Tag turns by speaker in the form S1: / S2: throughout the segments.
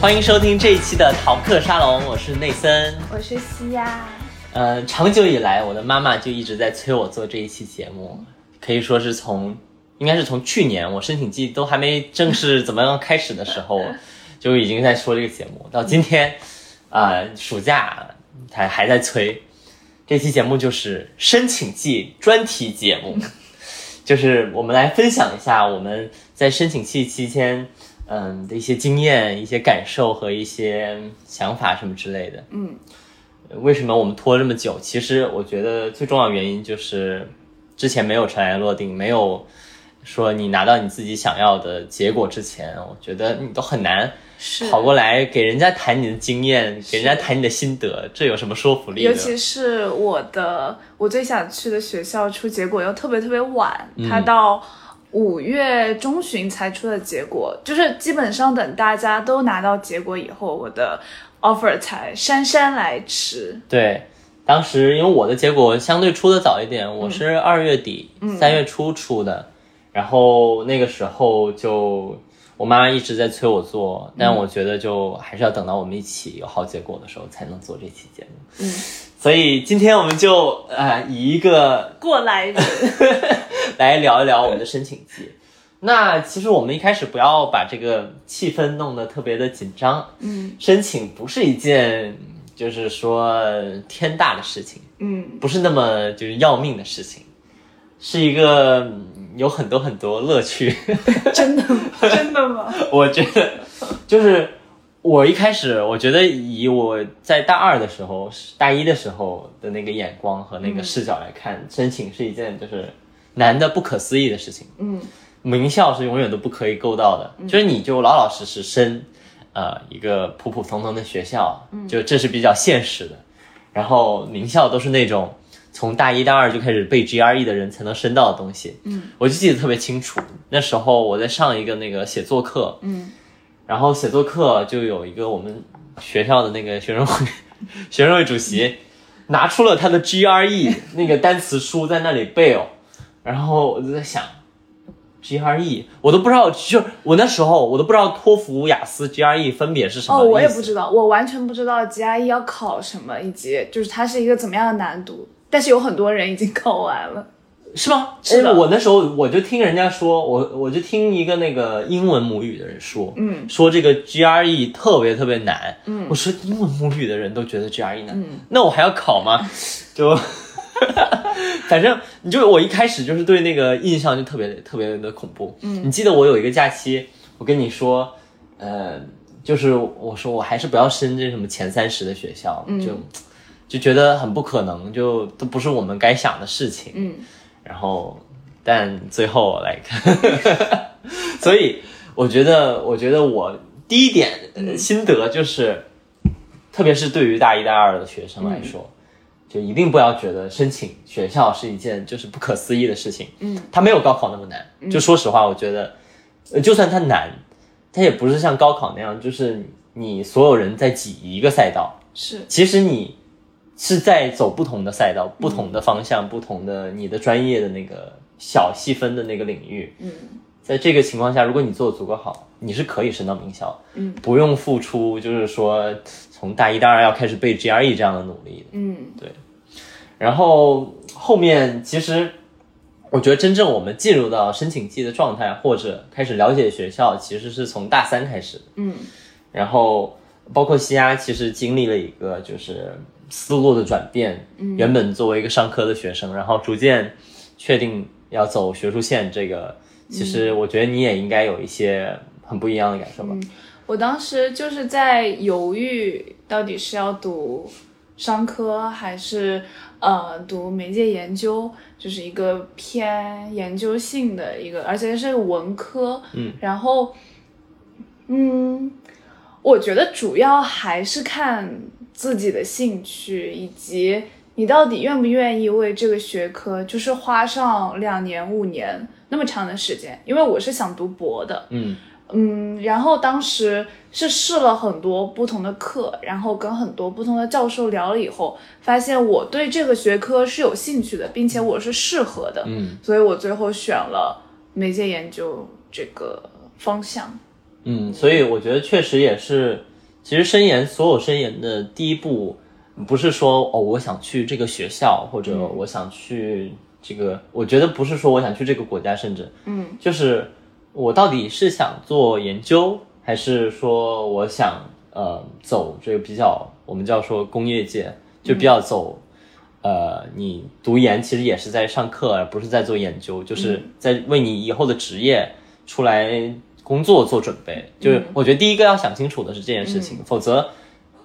S1: 欢迎收听这一期的逃课沙龙，我是内森。
S2: 我是西亚，
S1: 呃，长久以来，我的妈妈就一直在催我做这一期节目，可以说是从，应该是从去年我申请季都还没正式怎么样开始的时候，就已经在说这个节目，到今天，啊，暑假还还在催。这期节目就是申请季专题节目，就是我们来分享一下我们在申请季期间。嗯的一些经验、一些感受和一些想法什么之类的。
S2: 嗯，
S1: 为什么我们拖了这么久？其实我觉得最重要的原因就是之前没有尘埃落定，没有说你拿到你自己想要的结果之前，我觉得你都很难
S2: 是
S1: 跑过来给人家谈你的经验，给人家谈你的心得，这有什么说服力
S2: 尤
S1: 的？
S2: 其是我的，我最想去的学校出结果又特别特别晚，
S1: 嗯
S2: 它到五月中旬才出的结果，就是基本上等大家都拿到结果以后，我的 offer 才姗姗来迟。
S1: 对，当时因为我的结果相对出的早一点，我是二月底、三、月初出的，然后那个时候就我妈妈一直在催我做，但我觉得就还是要等到我们一起有好结果的时候才能做这期节目。
S2: 嗯，
S1: 所以今天我们就呃以一个
S2: 过来人，
S1: 来聊一聊我们的申请季。那其实我们一开始不要把这个气氛弄得特别的紧张。
S2: 嗯
S1: 申请不是一件就是说天大的事情，
S2: 嗯，
S1: 不是那么就是要命的事情，是一个嗯有很多很多乐趣。
S2: 真的吗？ 真的吗？
S1: 我觉得就是我一开始我觉得以我在大二的时候、大一的时候的那个眼光和
S2: 嗯
S1: 那个视角来看，申请是一件就是难的不可思议的事情。
S2: 嗯，
S1: 名校是永远都不可以够到的，就是你就老老实实申，呃，一个普普通通的学校，就这是比较现实的。然后名校都是那种从大一大二就开始背 GRE 的人才能申到的东西，
S2: 嗯，
S1: 我就记得特别清楚。那时候我在上一个那个写作课，
S2: 嗯，
S1: 然后写作课就有一个我们学校的那个 学生会学生会主席拿出了他的 GRE 那个单词书在那里背哦，然后我就在想。GRE，我都不知道，就是我那时候我都不知道托福、雅思、GRE 分别是什么
S2: 哦，我也
S1: 意思
S2: 不知道，我完全不知道 GRE 要考什么，以及就是它是一个怎么样的难度。但是有很多人已经考完了。
S1: 是吗？
S2: 是的
S1: 哎我那时候我就听人家说，我我就听一个那个英文母语的人说，
S2: 嗯，
S1: 说这个 GRE 特别特别难，嗯，我说英文母语的人都觉得 GRE 难，
S2: 嗯
S1: 那我还要考吗？ 就， 反正你就我一开始就是对那个印象就特别特别的恐怖，嗯，你记得我有一个假期，我跟你说，呃，就是我说我还是不要申这什么前三十的学校，
S2: 嗯
S1: 就就觉得很不可能，就都不是我们该想的事情，
S2: 嗯。
S1: 然后但最后来看， 所以我觉得，我觉得我第一点呃心得就是，特别是对于大一、大二的学生来说，就一定不要觉得申请学校是一件就是不可思议的事情。
S2: 嗯，
S1: 它没有高考那么难。就说实话，我觉得，呃就算它难，它也不是像高考那样，就是你所有人在挤一个赛道。
S2: 是，
S1: 其实你是在走不同的赛道、不同的方向、不同的你的专业的那个小细分的那个领域。
S2: 嗯
S1: 在这个情况下，如果你做的足够好，你是可以升到名校，
S2: 嗯，
S1: 不用付出就是说从大一、大二要开始背 GRE 这样的努力。
S2: 嗯
S1: 然后后面其实我觉得真正我们进入到申请季的状态，或者开始了解学校，其实是从大三开始的。
S2: 嗯
S1: 然后包括西亚其实经历了一个就是思路的转变，原本作为一个上课的学生，然后逐渐确定要走学术线，这个其实我觉得你也应该有一些很不一样的感受吧。
S2: 我当时就是在犹豫，到底是要读商科还是呃读媒介研究，就是一个偏研究性的一个，而且是文科。
S1: 嗯，
S2: 然后嗯，我觉得主要还是看自己的兴趣以及。你到底愿不愿意为这个学科，就是花上两年、五年那么长的时间？因为我是想读博的，
S1: 嗯
S2: 嗯，然后当时是试了很多不同的课，然后跟很多不同的教授聊了以后，发现我对这个学科是有兴趣的，并且我是适合的，
S1: 嗯
S2: 所以我最后选了媒介研究这个方向。
S1: 嗯，所以我觉得确实也是其实申研所有申研的第一步，不是说哦，我想去这个学校，或者我想去这个，我觉得不是说我想去这个国家，甚至
S2: 嗯
S1: 就是我到底是想做研究，还是说我想呃走这个比较我们叫说工业界，就比较走、呃你读研其实也是在上课，而不是在做研究，就是在为你以后的职业出来工作做准备。就是我觉得第一个要想清楚的是这件事情，否则。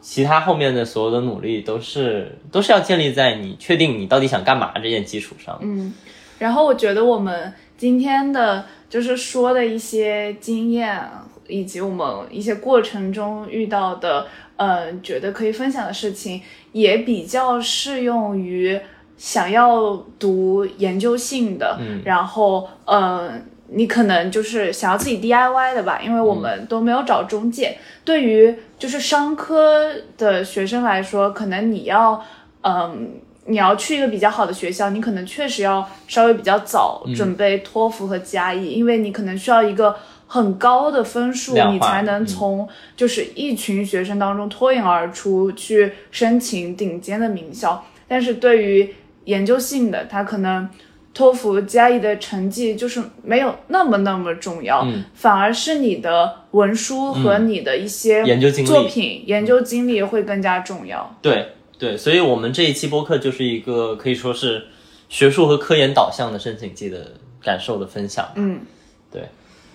S1: 其他后面的所有的努力都是都是要建立在你确定你到底想干嘛这件基础上。
S2: 嗯。然后我觉得我们今天的就是说的一些经验，以及我们一些过程中遇到的，呃，觉得可以分享的事情，也比较适用于想要读研究性的，
S1: 嗯
S2: 然后呃，你可能就是想要自己 DIY 的吧，因为我们都没有找中介。对于就是商科的学生来说，可能你要嗯。你要去一个比较好的学校，你可能确实要稍微比较早
S1: 嗯
S2: 准备托福和加一、因为你可能需要一个很高的分数，
S1: 量化
S2: 你才能
S1: 嗯
S2: 从就是一群学生当中脱颖而出，去申请顶尖的名校。但是对于研究性的，他可能托福、加一的成绩就是没有那么那么重要，
S1: 嗯
S2: 反而是你的文书和你的一些
S1: 研究经历
S2: 作品、研究经历会更加重要。
S1: 对对，所以我们这一期播客就是一个可以说是学术和科研导向的申请季的感受的分享。
S2: 嗯，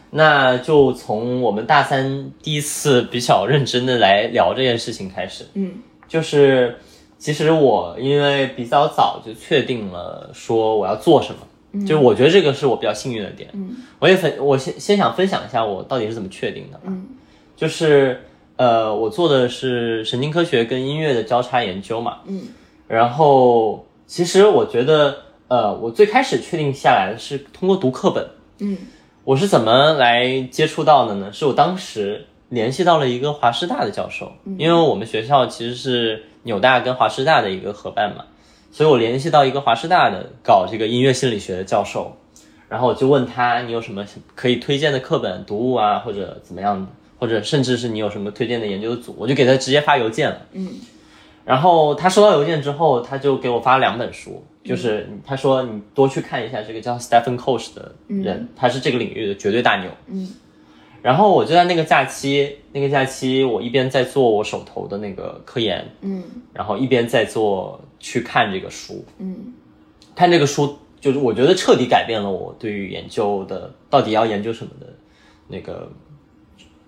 S1: 那就从我们大三第一次比较认真的来聊这件事情开始。
S2: 嗯，
S1: 就是其实我因为比较早就确定了说我要做什么，就是我觉得这个是我比较幸运的点。
S2: 嗯，
S1: 我也分我先先想分享一下我到底是怎么确定的。
S2: 嗯，
S1: 就是呃，我做的是神经科学跟音乐的交叉研究嘛。
S2: 嗯，
S1: 然后其实我觉得呃，我最开始确定下来的是通过读课本。
S2: 嗯
S1: 我是怎么来接触到的呢？是我当时联系到了一个华师大的教授，因为我们学校其实是纽大跟华师大的一个合办嘛，所以我联系到一个华师大的搞这个音乐心理学的教授，然后我就问他你有什么可以推荐的课本读物啊，或者怎么样的，或者甚至是你有什么推荐的研究组，我就给他直接发邮件了。
S2: 嗯
S1: 然后他收到邮件之后，他就给我发了两本书，就是他说你多去看一下这个叫 Stephen Koch 的人，他是这个领域的绝对大牛。
S2: 嗯
S1: 然后我就在那个假期，那个假期我一边在做我手头的那个科研，
S2: 嗯
S1: 然后一边在做去看这个书，
S2: 嗯
S1: 看这个书就是我觉得彻底改变了我对于研究的到底要研究什么的那个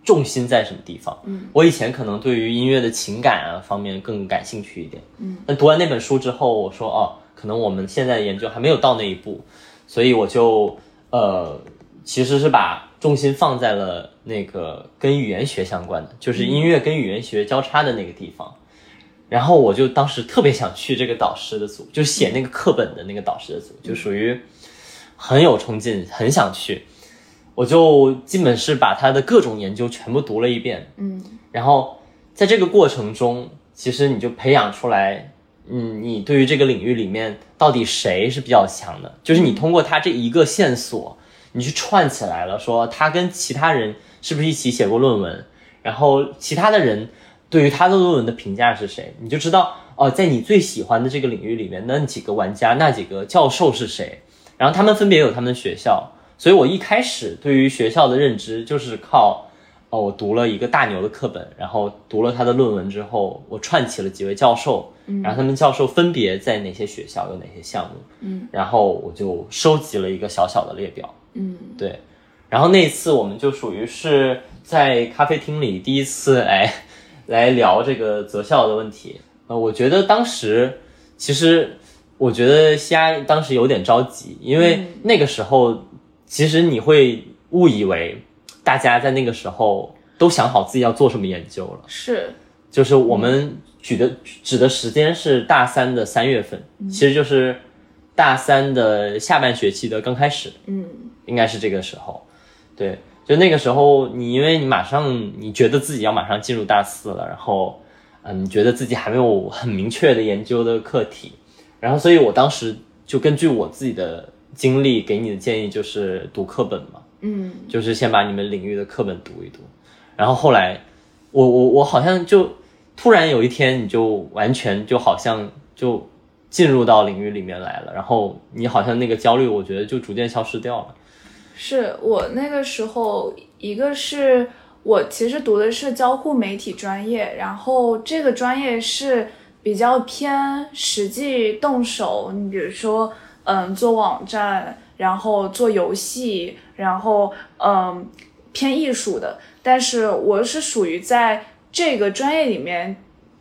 S1: 重心在什么地方。
S2: 嗯，
S1: 我以前可能对于音乐的情感啊方面更感兴趣一点。
S2: 嗯，
S1: 但读完那本书之后，我说哦，可能我们现在的研究还没有到那一步，所以我就呃，其实是把重心放在了那个跟语言学相关的，
S2: 嗯
S1: 就是音乐跟语言学交叉的那个地方。然后我就当时特别想去这个导师的组，就写那个课本的那个导师的组，就属于很有冲劲，很想去。我就基本是把他的各种研究全部读了一遍，
S2: 嗯
S1: 然后在这个过程中，其实你就培养出来，嗯，你对于这个领域里面到底谁是比较强的，就是你通过他这一个线索，你去串起来了，说他跟其他人是不是一起写过论文，然后其他的人对于他的论文的评价是谁，你就知道哦、在你最喜欢的这个领域里面，那几个玩家，那几个教授是谁，然后他们分别有他们的学校，所以我一开始对于学校的认知就是靠。哦，我读了一个大牛的课本，然后读了他的论文之后，我串起了几位教授，然后他们教授分别在哪些学校有哪些项目，
S2: 嗯，
S1: 然后我就收集了一个小小的列表，
S2: 嗯
S1: 对，然后那一次我们就属于是在咖啡厅里第一次来来聊这个择校的问题。呃，我觉得当时其实我觉得西亚当时有点着急，因为那个时候其实你会误以为大家在那个时候都想好自己要做什么研究了。
S2: 是
S1: 就是我们举的指的时间是大三的三月份，其实就是大三的下半学期的刚开始。
S2: 嗯
S1: 应该是这个时候，对，就那个时候，你因为你马上你觉得自己要马上进入大四了，然后，嗯，你觉得自己还没有很明确的研究的课题，然后，所以我当时就根据我自己的经历给你的建议就是读课本嘛，
S2: 嗯
S1: 就是先把你们领域的课本读一读，然后后来我我我好像就突然有一天，你就完全就好像就进入到领域里面来了，然后你好像那个焦虑，我觉得就逐渐消失掉了。
S2: 是我那个时候，一个是我其实读的是交互媒体专业，然后这个专业是比较偏实际动手，你比如说，嗯，做网站，然后做游戏，然后嗯，偏艺术的。但是我是属于在这个专业里面，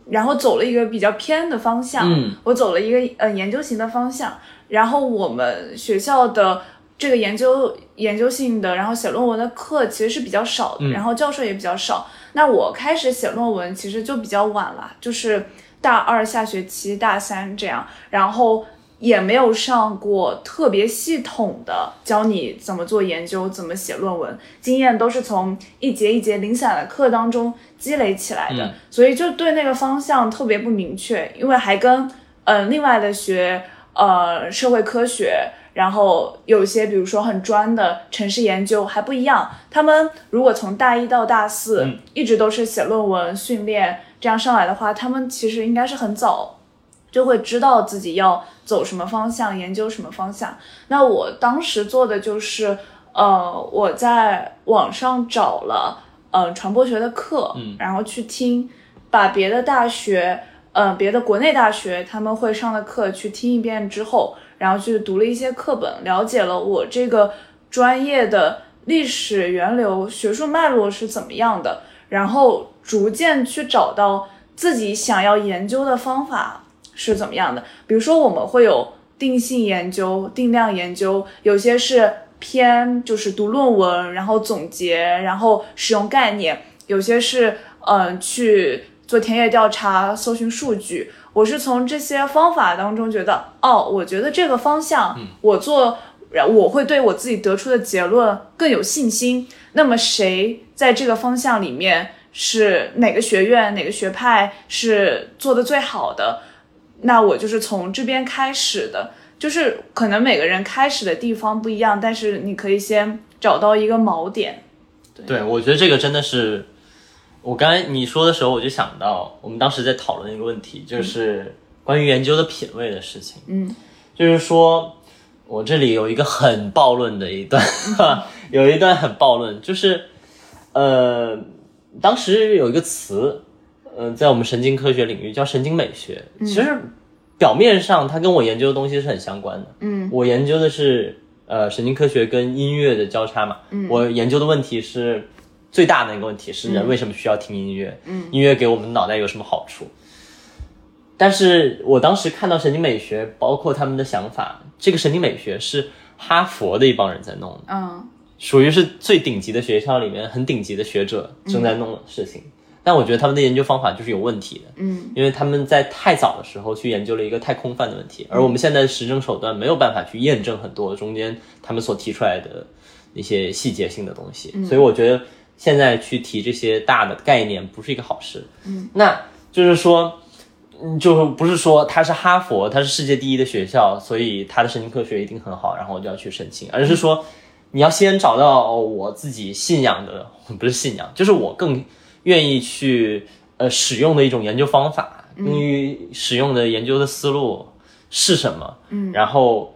S2: 然后走了一个比较偏的方向，
S1: 嗯
S2: 我走了一个呃研究型的方向。然后我们学校的这个研究研究性的，然后写论文的课其实是比较少的，
S1: 嗯
S2: 然后教授也比较少。那我开始写论文其实就比较晚了，就是大二下学期、大三这样，然后也没有上过特别系统的教你怎么做研究、怎么写论文，经验都是从一节一节零散的课当中积累起来的，
S1: 嗯
S2: 所以就对那个方向特别不明确，因为还跟呃另外的学呃社会科学，然后有些比如说很专的城市研究还不一样。他们如果从大一到大四、
S1: 嗯
S2: 一直都是写论文训练这样上来的话，他们其实应该是很早就会知道自己要走什么方向，研究什么方向。那我当时做的就是，呃，我在网上找了呃传播学的课，
S1: 嗯
S2: 然后去听，把别的大学，呃，别的国内大学他们会上的课去听一遍之后，然后去读了一些课本，了解了我这个专业的历史源流、学术脉络是怎么样的，然后逐渐去找到自己想要研究的方法是怎么样的。比如说，我们会有定性研究、定量研究，有些是偏就是读论文，然后总结，然后使用概念；有些是嗯、呃去做田野调查、搜寻数据。我是从这些方法当中觉得，哦，我觉得这个方向，我做，然我会对我自己得出的结论更有信心。那么谁在这个方向里面是哪个学院、哪个学派是做的最好的？那我就是从这边开始的，就是可能每个人开始的地方不一样，但是你可以先找到一个锚点。
S1: 对，我觉得这个真的是，我刚才你说的时候，我就想到我们当时在讨论一个问题，就是关于研究的品味的事情。
S2: 嗯，
S1: 就是说我这里有一个很暴论的一段， 有一段很暴论，就是呃，当时有一个词，嗯、在我们神经科学领域叫神经美学，其实表面上它跟我研究的东西是很相关的。
S2: 嗯，
S1: 我研究的是呃神经科学跟音乐的交叉嘛。嗯，我研究的问题是最大的一个问题是人为什么需要听音乐？嗯，音乐给我们脑袋有什么好处？但是我当时看到神经美学，包括他们的想法，这个神经美学是哈佛的一帮人在弄的。
S2: 嗯，
S1: 属于是最顶级的学校里面很顶级的学者正在弄的事情。但我觉得他们的研究方法就是有问题的，
S2: 嗯，
S1: 因为他们在太早的时候去研究了一个太空泛的问题，而我们现在的实证手段没有办法去验证很多中间他们所提出来的一些细节性的东西，所以我觉得现在去提这些大的概念不是一个好事。嗯，那就是说。嗯，就不是说它是哈佛，它是世界第一的学校，所以它的神经科学一定很好，然后我就要去申请，而是说你要先找到我自己信仰的， 不是信仰，就是我更愿意去呃使用的一种研究方法，用于使用的研究的思路是什么？嗯，然后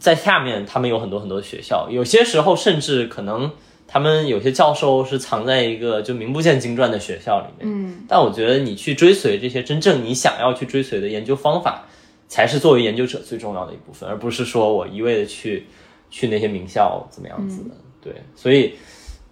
S1: 在下面他们有很多很多学校，有些时候甚至可能他们有些教授是藏在一个就名不见经传的学校里面。嗯，但我觉得你去追随这些真正你想要去追随的研究方法，才是作为研究者最重要的一部分，而不是说我一味的去去那些名校怎么样子的。对，所以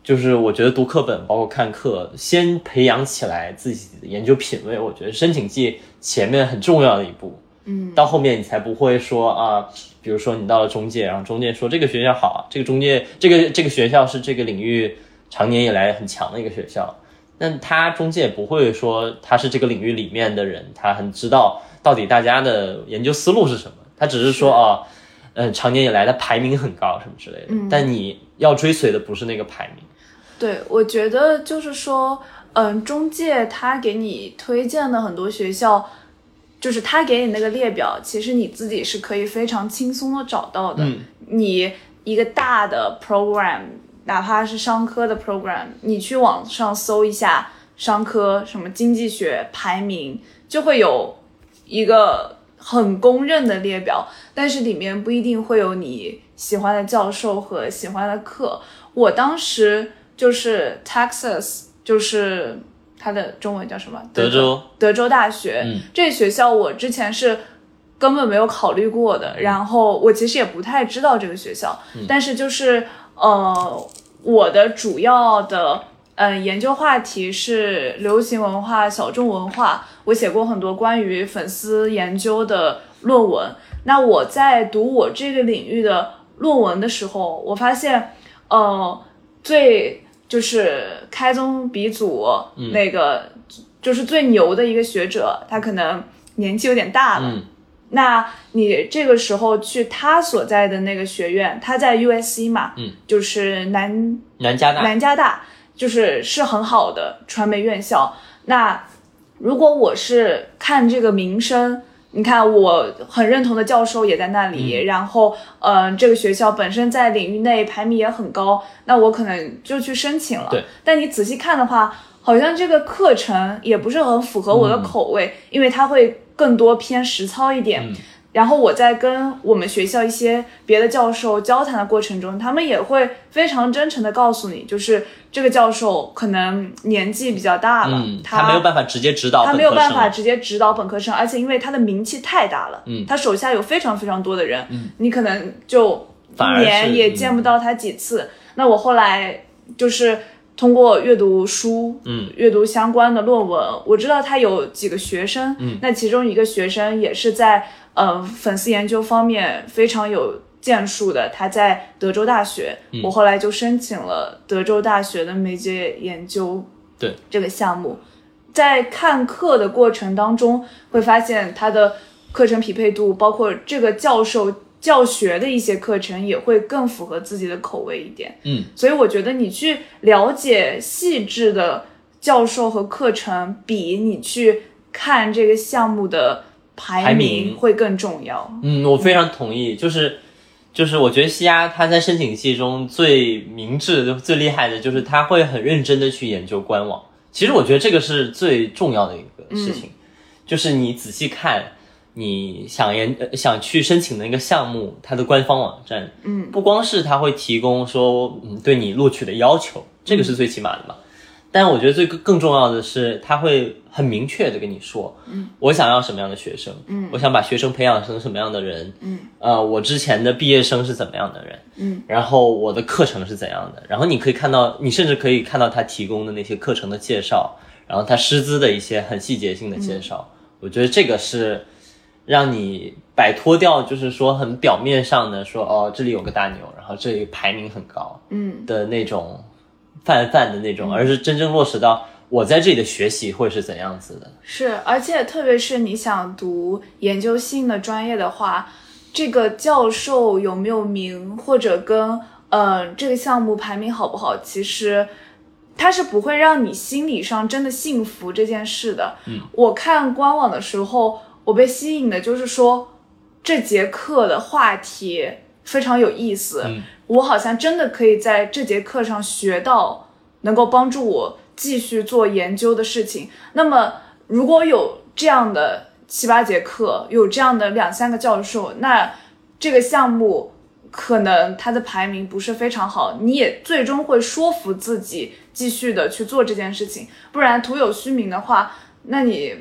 S1: 就是我觉得读课本，包括看课，先培养起来自己的研究品味，我觉得申请季前面很重要的一步。嗯，到后面你才不会说啊，比如说你到了中介，然后中介说这个学校好，这个中介这个这个学校是这个领域常年以来很强的一个学校，那他中介不会说他是这个领域里面的人，他很知道到底大家的研究思路是什么，他只是说啊，嗯、常年以来的排名很高什么之类的，
S2: 嗯
S1: 但你要追随的不是那个排名，
S2: 对，我觉得就是说，嗯，中介他给你推荐的很多学校，就是他给你那个列表，其实你自己是可以非常轻松的找到的。
S1: 嗯
S2: 你一个大的 program，哪怕是商科的 program，你去网上搜一下，商科、什么经济学排名，就会有一个很公认的列表，但是里面不一定会有你喜欢的教授和喜欢的课。我当时就是 Texas，就是它的中文叫什么？
S1: 德州，
S2: 德州大学。
S1: 嗯
S2: 这学校我之前是根本没有考虑过的，然后我其实也不太知道这个学校，但是就是呃，我的主要的。嗯，研究话题是流行文化、小众文化。我写过很多关于粉丝研究的论文。那我在读我这个领域的论文的时候，我发现，呃，最就是开宗鼻祖、那个，就是最牛的一个学者，他可能年纪有点大了。
S1: 嗯
S2: 那你这个时候去他所在的那个学院，他在 USC 嘛，
S1: 嗯，
S2: 就是南
S1: 南加大，
S2: 南加大就是是很好的传媒院校。那如果我是看这个名声，你看我很认同的教授也在那
S1: 嗯
S2: 里，然后呃，这个学校本身在领域内排名也很高，那我可能就去申请了。
S1: 对，
S2: 但你仔细看的话，好像这个课程也不是很符合我的
S1: 嗯
S2: 口味，因为它会更多偏实操一点。
S1: 嗯
S2: 然后我在跟我们学校一些别的教授交谈的过程中，他们也会非常真诚的告诉你，就是这个教授可能年纪比较大了，
S1: 嗯，他没有办法直接指导
S2: 他
S1: 本
S2: 没有
S1: 科
S2: 办法
S1: 生，
S2: 直接指导本科生，而且因为他的名气太大了，
S1: 嗯
S2: 他手下有非常非常多的人，你可能就
S1: 反而是嗯
S2: 一年也见不到他几次。那我后来就是通过阅读书，
S1: 嗯，
S2: 阅读相关的论文，我知道他有几个学生，嗯，那其中一个学生也是在呃粉丝研究方面非常有。建树的，他在德州大学，
S1: 嗯
S2: 我后来就申请了德州大学的媒介研究
S1: 对
S2: 这个项目，在看课的过程当中，会发现它的课程匹配度，包括这个教授教学的一些课程，也会更符合自己的口味一点。
S1: 嗯，
S2: 所以我觉得你去了解细致的教授和课程，比你去看这个项目的排
S1: 排
S2: 名
S1: 名
S2: 会更重要。
S1: 嗯，我非常同意，就是就是，我觉得西亚他在申请系中最明智的、最厉害的，就是他会很认真的去研究官网。其实我觉得这个是最重要的一个事情，就是你仔细看你想研、呃想去申请的那个项目，它的官方网站，
S2: 嗯，
S1: 不光是它会提供说嗯对你录取的要求，这个是最起码的嘛。但我觉得最更更重要的是，他会很明确的跟你说，嗯，我想要什么样的学生，嗯，我想把学生培养成什么样的人，嗯，呃，我之前的毕业生是怎么样的人，
S2: 嗯，
S1: 然后我的课程是怎样的，然后你可以看到，你甚至可以看到他提供的那些课程的介绍，然后他师资的一些很细节性的介绍，我觉得这个是让你摆脱掉，就是说很表面上的说，哦，这里有个大牛，然后这里排名很高，
S2: 嗯
S1: 的那种泛泛的那种，而是真正落实到我在这里的学习会是怎样子的。
S2: 是，而且特别是你想读研究性的专业的话，这个教授有没有名，或者跟呃这个项目排名好不好，其实它是不会让你心理上真的信服这件事的。嗯，我看官网的时候，我被吸引的就是说这节课的话题非常有意思，
S1: 嗯
S2: 我好像真的可以在这节课上学到能够帮助我继续做研究的事情。那么如果有这样的七八节课，有这样的两三个教授，那这个项目可能它的排名不是非常好，你也最终会说服自己继续的去做这件事情，不然徒有虚名的话，那你，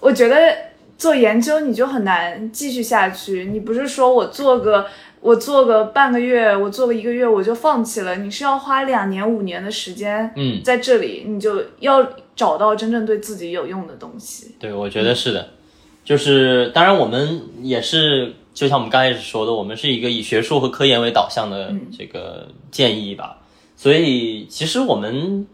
S2: 我觉得做研究你就很难继续下去。你不是说我做个我做个半个月，我做个一个月我就放弃了，你是要花两年五年的时间，
S1: 嗯
S2: 在这里你就要找到真正对自己有用的东西。
S1: 对，我觉得是的，就是当然我们也是，就像我们刚开始说的，我们是一个以学术和科研为导向的这个建议吧，所以其实我们。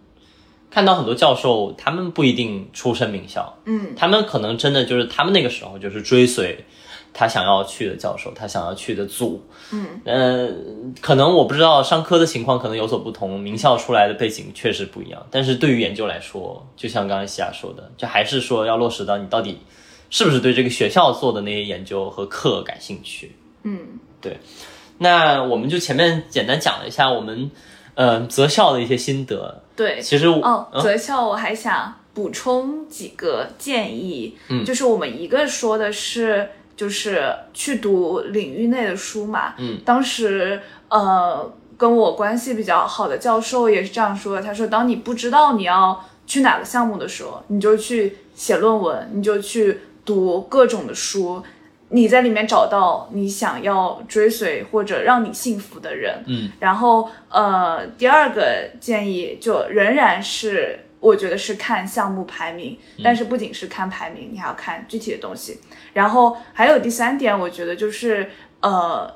S1: 看到很多教授，他们不一定出身名校，
S2: 嗯，
S1: 他们可能真的就是他们那个时候就是追随他想要去的教授，他想要去的组，
S2: 嗯，
S1: 呃，可能我不知道上课的情况可能有所不同，名校出来的背景确实不一样，但是对于研究来说，就像刚才西亚说的，就还是说要落实到你到底是不是对这个学校做的那些研究和课感兴趣，
S2: 嗯
S1: 那我们就前面简单讲了一下我们呃择校的一些心得。
S2: 对，
S1: 其实我
S2: 哦，
S1: 嗯
S2: 择校我还想补充几个建议，
S1: 嗯
S2: 就是我们一个说的是就是去读领域内的书嘛，
S1: 嗯，
S2: 当时呃跟我关系比较好的教授也是这样说的，他说当你不知道你要去哪个项目的时候，你就去写论文，你就去读各种的书。你在里面找到你想要追随或者让你幸福的人，
S1: 嗯
S2: 然后呃，第二个建议就仍然是我觉得是看项目排名，但是不仅是看排名，你还要看具体的东西。然后还有第三点，我觉得就是呃，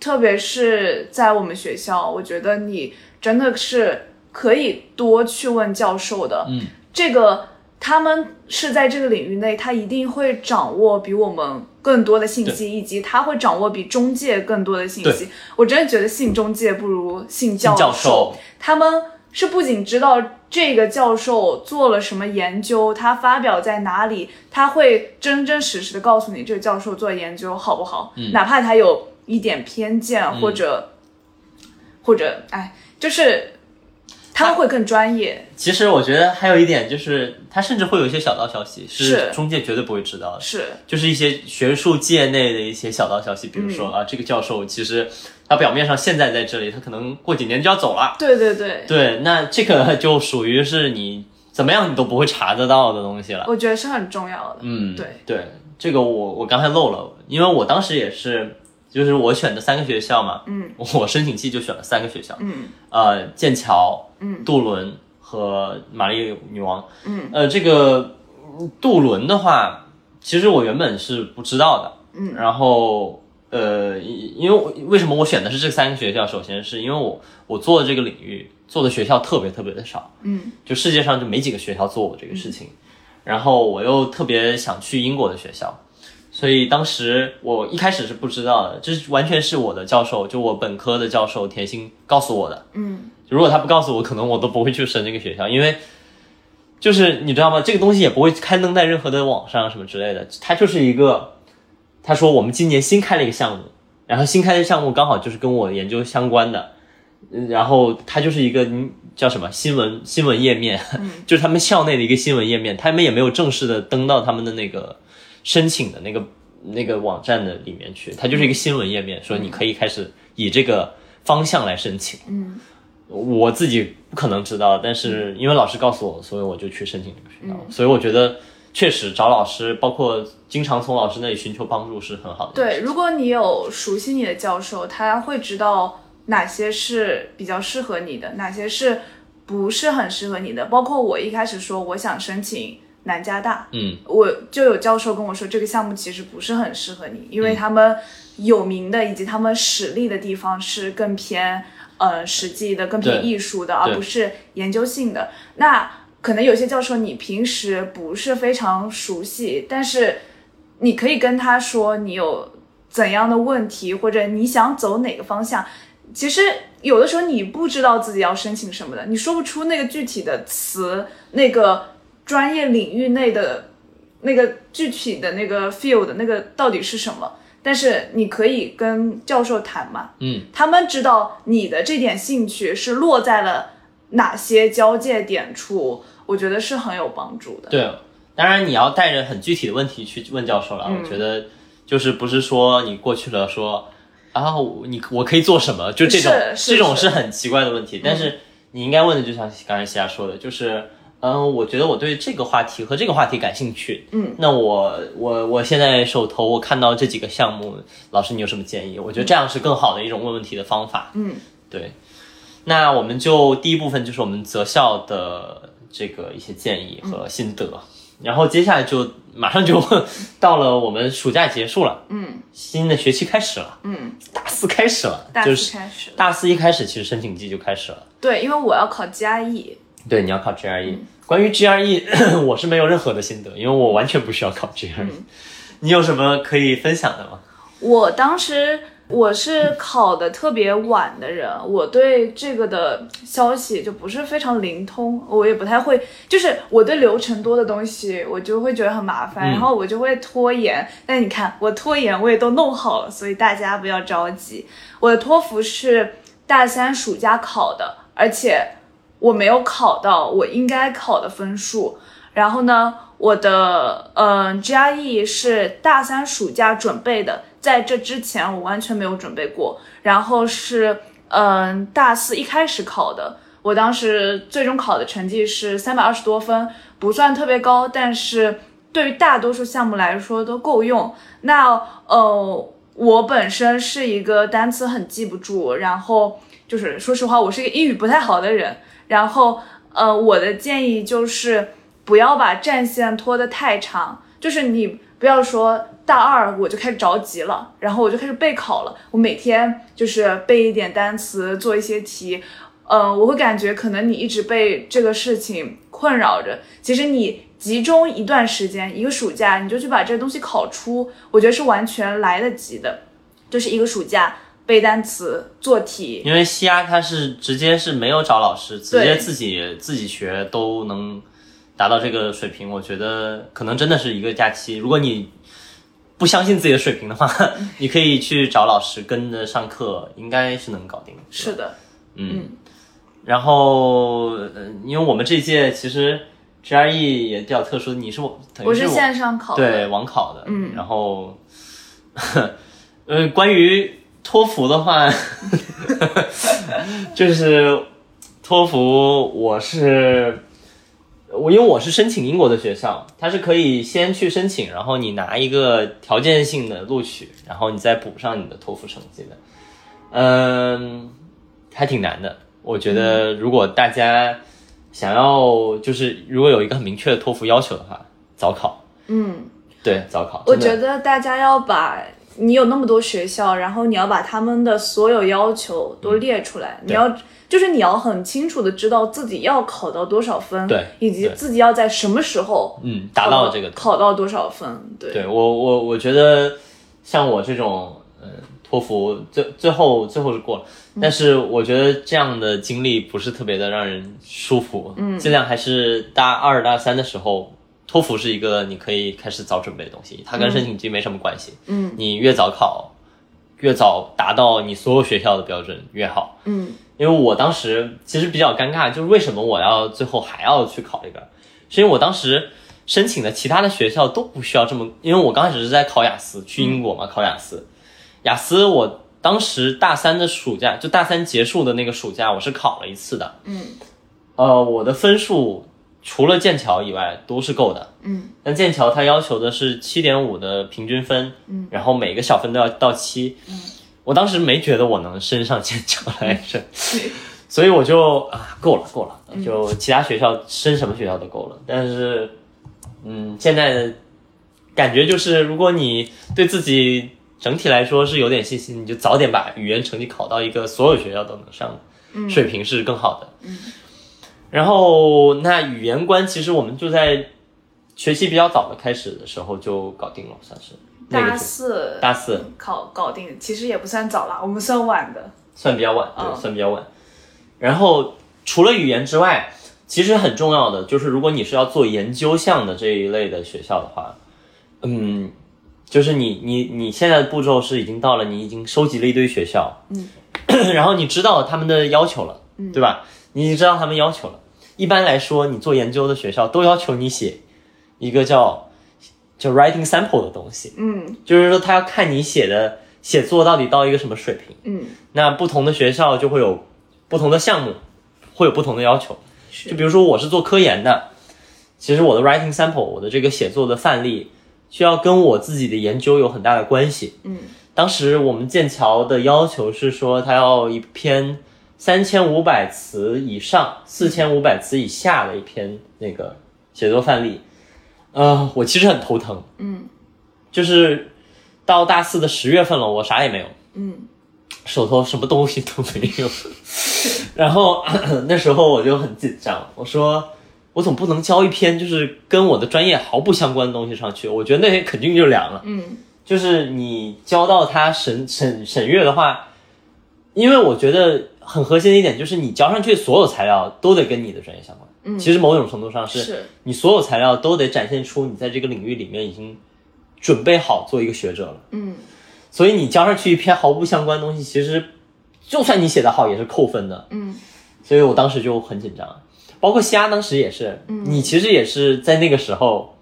S2: 特别是在我们学校，我觉得你真的是可以多去问教授的，
S1: 嗯
S2: 这个他们是在这个领域内，他一定会掌握比我们更多的信息，以及他会掌握比中介更多的信息
S1: 对。
S2: 我真的觉得信中介不如信教
S1: 信教授
S2: 他们哦是不仅知道这个教授做了什么研究，他发表在哪里，他会真真实实的告诉你这个教授做的研究好不好，哪怕他有一点偏见、或者或者哎，就是他们会更专业。
S1: 其实我觉得还有一点就是，他甚至会有一些小道消息是
S2: 是
S1: 中介绝对不会知道的，
S2: 是，
S1: 就是一些学术界内的一些小道消息，比如
S2: 嗯
S1: 说、啊，这个教授其实他表面上现在在这里，他可能过几年就要走了。
S2: 对对对，
S1: 对，那这个就属于是你怎么样你都不会查得到的东西了。
S2: 我觉得是很重要的。
S1: 嗯，
S2: 对
S1: 对，这个我我刚才漏了，因为我当时也是，就是我选的三个学校嘛，
S2: 嗯，
S1: 我申请季就选了三个学校，
S2: 嗯
S1: 呃，剑桥、
S2: 嗯
S1: 杜伦和玛丽女王，
S2: 嗯，
S1: 呃，这个嗯杜伦的话，其实我原本是不知道的，
S2: 嗯
S1: 然后。呃，因因为我为什么我选的是这三个学校？首先是因为我我做的这个领域做的学校特别特别的少，
S2: 嗯
S1: 就世界上就没几个学校做我这个事情，然后我又特别想去英国的学校，所以当时我一开始是不知道的，这是完全是我的教授，就我本科的教授田心告诉我的。
S2: 嗯
S1: 如果他不告诉我，可能我都不会去申这个学校，因为就是你知道吗？这个东西也不会刊登在任何的网上什么之类的，它就是一个，他说我们今年新开了一个项目，然后新开的项目刚好就是跟我研究相关的，嗯然后它就是一个嗯叫什么新闻新闻页面， 就是他们校内的一个新闻页面，他们也没有正式的登到他们的那个申请的那个那个网站的里面去，它就是一个新闻页面，说你可以开始以这个方向来申请。
S2: 嗯
S1: 我自己不可能知道，但是因为老师告诉我，所以我就去申请这个学校。
S2: 嗯
S1: 所以我觉得确实找老师，包括经常从老师那里寻求帮助是很好的。，
S2: 对，如果你有熟悉你的教授，他会知道哪些是比较适合你的，哪些是不是很适合你的。包括我一开始说我想申请南加大，
S1: 嗯，
S2: 我就有教授跟我说，这个项目其实不是很适合你，因为他们有名的以及他们实力的地方是更偏呃实际的、更偏
S1: 对
S2: 艺术的，而不是研究性的。那可能有些教授你平时不是非常熟悉，但是你可以跟他说你有怎样的问题，或者你想走哪个方向。其实有的时候你不知道自己要申请什么的，你说不出那个具体的词，那个专业领域内的那个具体的那个 field 那个到底是什么。但是你可以跟教授谈嘛，
S1: 嗯，
S2: 他们知道你的这点兴趣是落在了哪些交界点处，我觉得是很有帮助的。
S1: 对。当然你要带着很具体的问题去问教授了。
S2: 嗯
S1: 我觉得就是不是说你过去了说啊，我你我可以做什么，就这种
S2: 是是
S1: 这种
S2: 是嗯
S1: 是很奇怪的问题。但是你应该问的，就像刚才西亚说的，就是。嗯，我觉得我对这个话题和这个话题感兴趣。
S2: 嗯，
S1: 那我我我现在手头我看到这几个项目，老师你有什么建议？我觉得这样是更好的一种问问题的方法。
S2: 嗯，
S1: 对。那我们就第一部分就是我们择校的这个一些建议
S2: 嗯
S1: 和心得，然后接下来就马上就 到了我们暑假结束了，
S2: 嗯
S1: 新的学期开始了，
S2: 嗯，
S1: 大四开始了，
S2: 大
S1: 就
S2: 四
S1: 是
S2: 开始。
S1: 大四一开始其实申请季就开始了。
S2: 对，因为我要考加艺，
S1: 对，你要考 GRE。关于
S2: 嗯
S1: GRE，我 是没有任何的心得，因为我完全不需要考 GRE。你
S2: 嗯
S1: 有什么可以分享的吗？
S2: 我当时我是考的特别晚的人，我对这个的消息就不是非常灵通，我也不太会，就是我对流程多的东西，我就会觉得很麻烦，然后我就会拖延。但你看，我拖延我也都弄好了，所以大家不要着急。我的托福是大三暑假考的，而且我没有考到我应该考的分数。然后呢，我的嗯、呃、GRE 是大三暑假准备的，在这之前我完全没有准备过。然后是嗯、呃、大四一开始考的，我当时最终考的成绩是三百二十多分，不算特别高，但是对于大多数项目来说都够用。那呃，我本身是一个单词很记不住，然后就是说实话，我是一个英语不太好的人。然后呃，我的建议就是。不要把战线拖得太长，就是你不要说大二我就开始着急了，然后我就开始备考了，我每天就是背一点单词，做一些题，嗯、呃，我会感觉可能你一直被这个事情困扰着。其实你集中一段时间，一个暑假，你就去把这个东西考出，我觉得是完全来得及的，就是一个暑假。背单词、做题，
S1: 因为西亚他是直接是没有找老师，直接自己自己学都能。达到这个水平，我觉得可能真的是一个假期。如果你不相信自己的水平的话， 你可以去找老师跟着上课，应该是能搞定。
S2: 是的，
S1: 嗯。嗯然后、呃，因为我们这届其实 GRE 也比较特殊，你是我，等于
S2: 是线上考的，
S1: 对，网考的。
S2: 嗯。
S1: 然后， 呃，关于托福的话， 就是托福，我是。我因为我是申请英国的学校，它是可以先去申请，然后你拿一个条件性的录取，然后你再补上你的托福成绩的。嗯，还挺难的。我觉
S2: 嗯
S1: 得如果大家想要就是如果有一个很明确的托福要求的话，早考。
S2: 嗯，
S1: 对，早考。
S2: 我觉得大家要把你有那么多学校，然后你要把他们的所有要求都列出来，
S1: 嗯、
S2: 你要。就是你要很清楚的知道自己要考到多少分，
S1: 对，
S2: 以及自己要在什么时候，
S1: 嗯，达
S2: 哦
S1: 到这个
S2: 考到多少分，对。
S1: 对我我我觉得像我这种，嗯，托福最最后最后是过了，
S2: 嗯
S1: 但是我觉得这样的经历不是特别的让人舒服，
S2: 嗯，
S1: 尽量还是大二大三的时候，托福是一个你可以开始早准备的东西，它跟申请季没什么关系，
S2: 嗯，
S1: 你越早考。越早达到你所有学校的标准越好。
S2: 嗯，
S1: 因为我当时其实比较尴尬，就是为什么我要最后还要去考这个，是因为我当时申请的其他的学校都不需要这么，因为我刚开始是在考雅思，去英国嘛，考雅思。雅思我当时大三的暑假，就大三结束的那个暑假，我是考了一次的。
S2: 嗯，
S1: 呃，我的分数除了剑桥以外都是够的。
S2: 嗯，
S1: 但剑桥它要求的是七点五的平均分，
S2: 嗯，
S1: 然后每个小分都要到七，
S2: 嗯，
S1: 我当时没觉得我能升上剑桥来着，
S2: 嗯
S1: 所以我就啊够了够了，就其他学校升什么学校都够了，但是，嗯，现在的感觉就是如果你对自己整体来说是有点信心，你就早点把语言成绩考到一个所有学校都能上的水平是更好的，
S2: 嗯，
S1: 然后那语言关其实我们就在。学期比较早的开始的时候就搞定了，算是那
S2: 大
S1: 个
S2: 四
S1: 大四
S2: 考搞定，其实也不算早啦，我们算晚的。
S1: 算比较晚，对，
S2: 嗯
S1: 算比较晚。然后除了语言之外，其实很重要的就是，如果你是要做研究项的这一类的学校的话，嗯，就是你你你现在的步骤是已经到了，你已经收集了一堆学校，
S2: 嗯，
S1: 然后你知道他们的要求了，对吧？你已经知道他们要求了。一般来说，你做研究的学校都要求你写一个叫叫 writing sample 的东西，
S2: 嗯
S1: 就是说他要看你写的写作到底到一个什么水平。
S2: 嗯，
S1: 那不同的学校就会有不同的项目，会有不同的要求。
S2: 是
S1: 就比如说我是做科研的，其实我的 writing sample，我的这个写作的范例，需要跟我自己的研究有很大的关系。
S2: 嗯，
S1: 当时我们剑桥的要求是说，它要一篇三千五百词以上、四千五百词以下的一篇那个写作范例。呃，我其实很头疼。
S2: 嗯，
S1: 就是到大四的十月份了，我啥也没有。
S2: 嗯
S1: 手头什么东西都没有。 然后 那时候我就很紧张，我说我总不能交一篇就是跟我的专业毫不相关的东西上去，我觉得那肯定就凉了。
S2: 嗯
S1: 就是你交到他审 审审阅的话，因为我觉得很核心的一点就是你交上去所有材料都得跟你的专业相关。
S2: 嗯
S1: 其实某种程度上是
S2: 是
S1: 你所有材料都得展现出你在这个领域里面已经准备好做一个学者了。
S2: 嗯
S1: 所以你交上去一篇毫不相关的东西，其实就算你写得好也是扣分的。
S2: 嗯，
S1: 所以我当时就很紧张，包括西安当时也是，你其实也是在那个时候，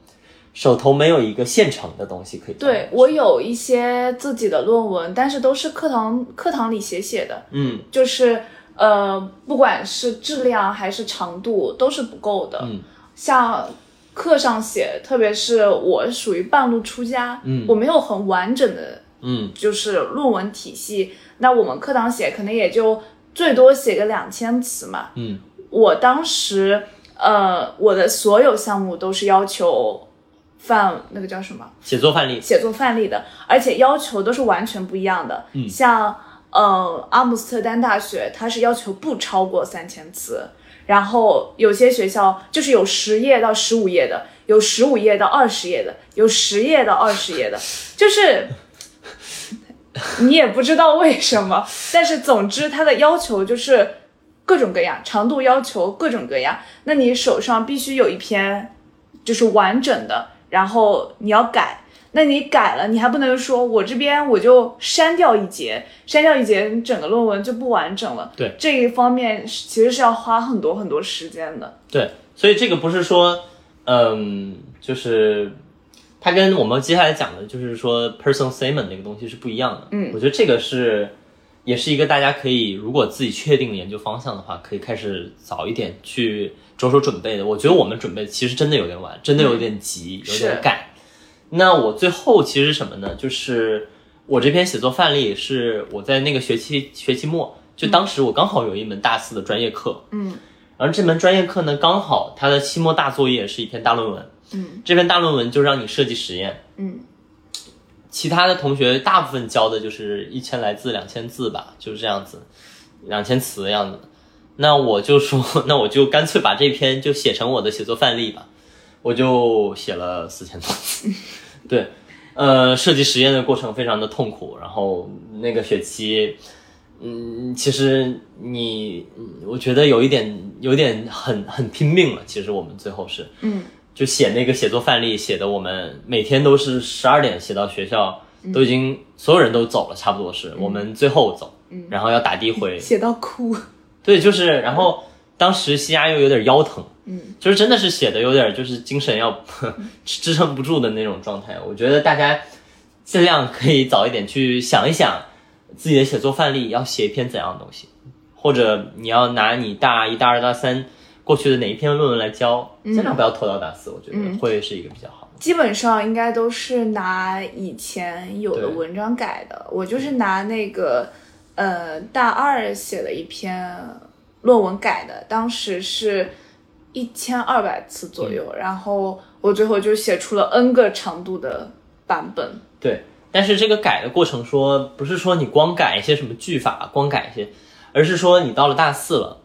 S1: 手头没有一个现成的东西可以做
S2: 对，我有一些自己的论文，但是都是课堂课堂里写写的，
S1: 嗯
S2: 就是呃，不管是质量还是长度都是不够的。
S1: 嗯，
S2: 像课上写，特别是我属于半路出家，
S1: 嗯
S2: 我没有很完整的
S1: 嗯
S2: 就是论文体系，那我们课堂写可能也就最多写个两千词嘛，
S1: 嗯
S2: 我当时呃，我的所有项目都是要求范那个叫什么
S1: 写作范例，
S2: 写作范例的，而且要求都是完全不一样的。
S1: 嗯
S2: 像呃阿姆斯特丹大学，它是要求不超过三千词，然后有些学校就是有十页到十五页的，有十五页到二十页的，有十页到二十页的，就是。你也不知道为什么，但是总之它的要求就是各种各样，长度要求各种各样。那你手上必须有一篇就是完整的，然后你要改。那你改了，你还不能说我这边我就删掉一节，删掉一节，你整个论文就不完整了。
S1: 对
S2: 这一方面是其实是要花很多很多时间的。
S1: 对，所以这个不是说，嗯，就是它跟我们接下来讲的，就是说 personal statement 那个东西是不一样的。
S2: 嗯
S1: 我觉得这个是，也是一个大家可以如果自己确定研究方向的话，可以开始早一点去着手准备的。我觉得我们准备其实真的有点晚，真的有点急，有
S2: 嗯是
S1: 点赶。那我最后其实是什么呢？就是我这篇写作范例是我在那个学期学期末，就当时我刚好有一门大四的专业课，
S2: 嗯
S1: 而这门专业课呢，刚好它的期末大作业是一篇大论文，
S2: 嗯
S1: 这篇大论文就让你设计实验。
S2: 嗯
S1: 其他的同学大部分教的就是一千来字、两千字吧，就是这样子，两千词的样子。那我就说，那我就干脆把这篇就写成我的写作范例吧，我就写了四千多字。对，呃，设计实验的过程非常的痛苦，然后那个学期，嗯，其实你，嗯我觉得有一点，有点很很拼命了。其实我们最后是，
S2: 嗯
S1: 就写那个写作范例，写的我们每天都是十二点写到学校，都已经所有人都走了，差不多是、我们最后走，
S2: 嗯
S1: 然后要打的 回，
S2: 写到哭。
S1: 对，就是，然后当时西亚又有点腰疼，
S2: 嗯
S1: 就是真的是写的有点就是精神要 支支撑不住的那种状态。我觉得大家尽量可以早一点去想一想自己的写作范例，要写一篇怎样的东西，或者你要拿你大一、大二、大三过去的哪一篇论文来教，尽量不要拖到大四，我觉
S2: 嗯
S1: 得会是一个比较好的。
S2: 基本上应该都是拿以前有的
S1: 对
S2: 文章改的，我就是拿那个呃大二写的一篇论文改的，当时是一千二百词左右，然后我最后就写出了 n 个长度的版本。
S1: 对，但是这个改的过程说，不是说你光改一些什么句法，光改一些，而是说你到了大四了，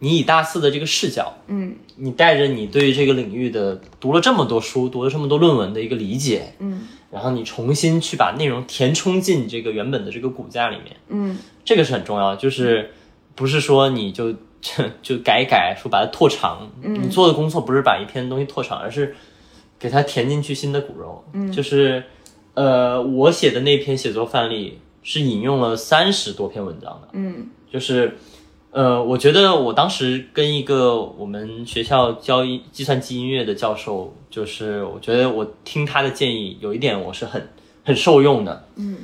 S1: 你以大四的这个视角，
S2: 嗯
S1: 你带着你对于这个领域的读了这么多书、读了这么多论文的一个理解，
S2: 嗯
S1: 然后你重新去把内容填充进这个原本的这个骨架里面，
S2: 嗯
S1: 这个是很重要的。就是不是说你就 就改一改，说把它拓长，你做的工作不是把一篇东西拓长，而是给它填进去新的骨肉。嗯，就是呃，我写的那篇写作范例是引用了三十多篇文章的。
S2: 嗯
S1: 就是，呃，我觉得我当时跟一个我们学校教一计算机音乐的教授，就是我觉得我听他的建议有一点我是很很受用的，
S2: 嗯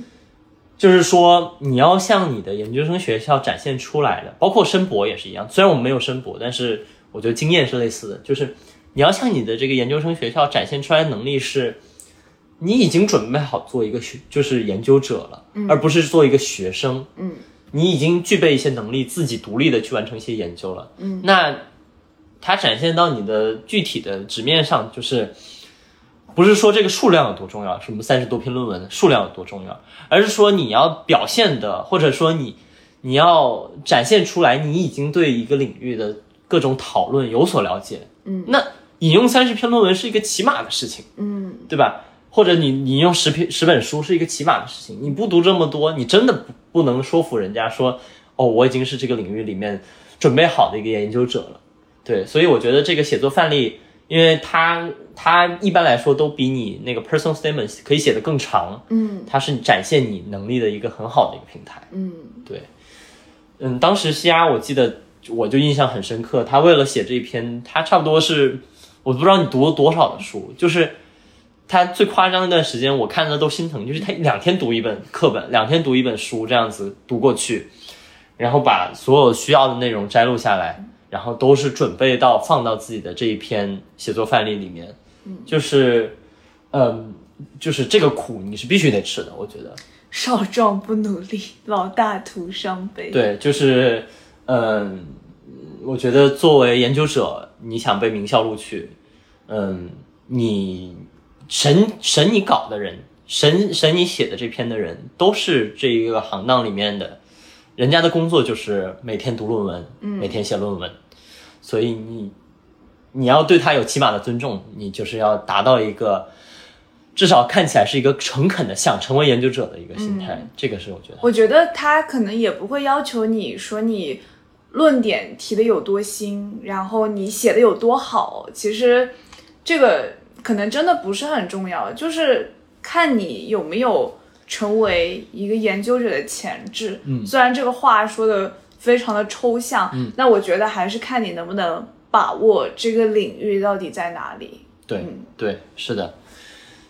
S1: 就是说你要向你的研究生学校展现出来的，包括申博也是一样。虽然我们没有申博，但是我觉得经验是类似的，就是你要向你的这个研究生学校展现出来的能力是，你已经准备好做一个学就是研究者了，而不是做一个学生。
S2: 嗯
S1: 你已经具备一些能力，自己独立的去完成一些研究了。
S2: 嗯，
S1: 那它展现到你的具体的纸面上，就是不是说这个数量有多重要，什么三十多篇论文数量有多重要，而是说你要表现的，或者说你你要展现出来，你已经对一个领域的各种讨论有所了解。
S2: 嗯，
S1: 那引用三十篇论文是一个起码的事情。
S2: 嗯
S1: 对吧？或者你你用十篇十本书是一个起码的事情，你不读这么多，你真的不不能说服人家说，哦，我已经是这个领域里面准备好的一个研究者了。对，所以我觉得这个写作范例，因为它它一般来说都比你那个 personal statement 可以写得更长，
S2: 嗯
S1: 它是展现你能力的一个很好的一个平台。
S2: 嗯，
S1: 对，嗯，当时西亚我记得我就印象很深刻，他为了写这一篇，他差不多是我不知道你读了多少的书，就是他最夸张那段时间，我看的都心疼，就是他两天读一本课本，两天读一本书这样子读过去，然后把所有需要的内容摘录下来，然后都是准备到放到自己的这一篇写作范例里面，就是嗯，就是这个苦你是必须得吃的，我觉得。
S2: 少壮不努力，老大徒伤悲。，
S1: 对，就是，嗯，我觉得作为研究者，你想被名校录取，嗯，你审审你稿的人，审审你写的这篇的人，都是这一个行当里面的，人家的工作就是每天读论文，每天写论文，所以你你要对他有起码的尊重，你就是要达到一个。至少看起来是一个诚恳的想成为研究者的一个心态，这个是我觉得
S2: 我觉得他可能也不会要求你说你论点提的有多新，然后你写的有多好。其实这个可能真的不是很重要，就是看你有没有成为一个研究者的潜质。嗯，虽然这个话说的非常的抽象，嗯，那我觉得还是看你能不能把握这个领域到底在哪里。
S1: 对
S2: 嗯
S1: 对，是的。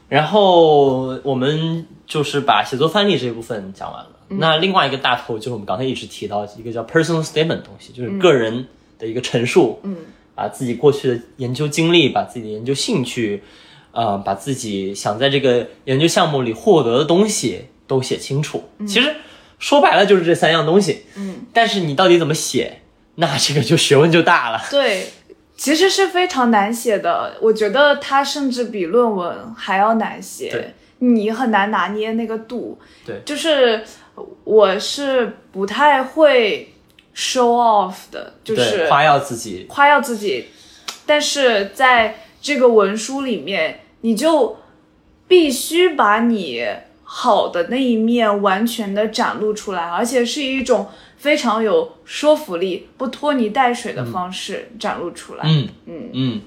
S1: 然后我们就是把写作范例这一部分讲完了。
S2: 嗯
S1: 那另外一个大头就是我们刚才一直提到一个叫 personal statement 的东西，
S2: 嗯
S1: 就是个人的一个陈述，嗯，把自己过去的研究经历，把自己的研究兴趣，呃，把自己想在这个研究项目里获得的东西都写清楚。
S2: 嗯
S1: 其实说白了就是这三样东西，嗯，但是你到底怎么写，那这个就学问就大了。
S2: 对，其实是非常难写的，我觉得它甚至比论文还要难写
S1: 对，
S2: 你很难拿捏那个度。
S1: 对
S2: 就是我是不太会 show off 的，就是
S1: 对，夸耀自己，
S2: 夸耀自己，但是在这个文书里面，你就必须把你好的那一面完全的展露出来，而且是一种非常有说服力、不拖泥带水的方式展露出来。
S1: 嗯嗯嗯，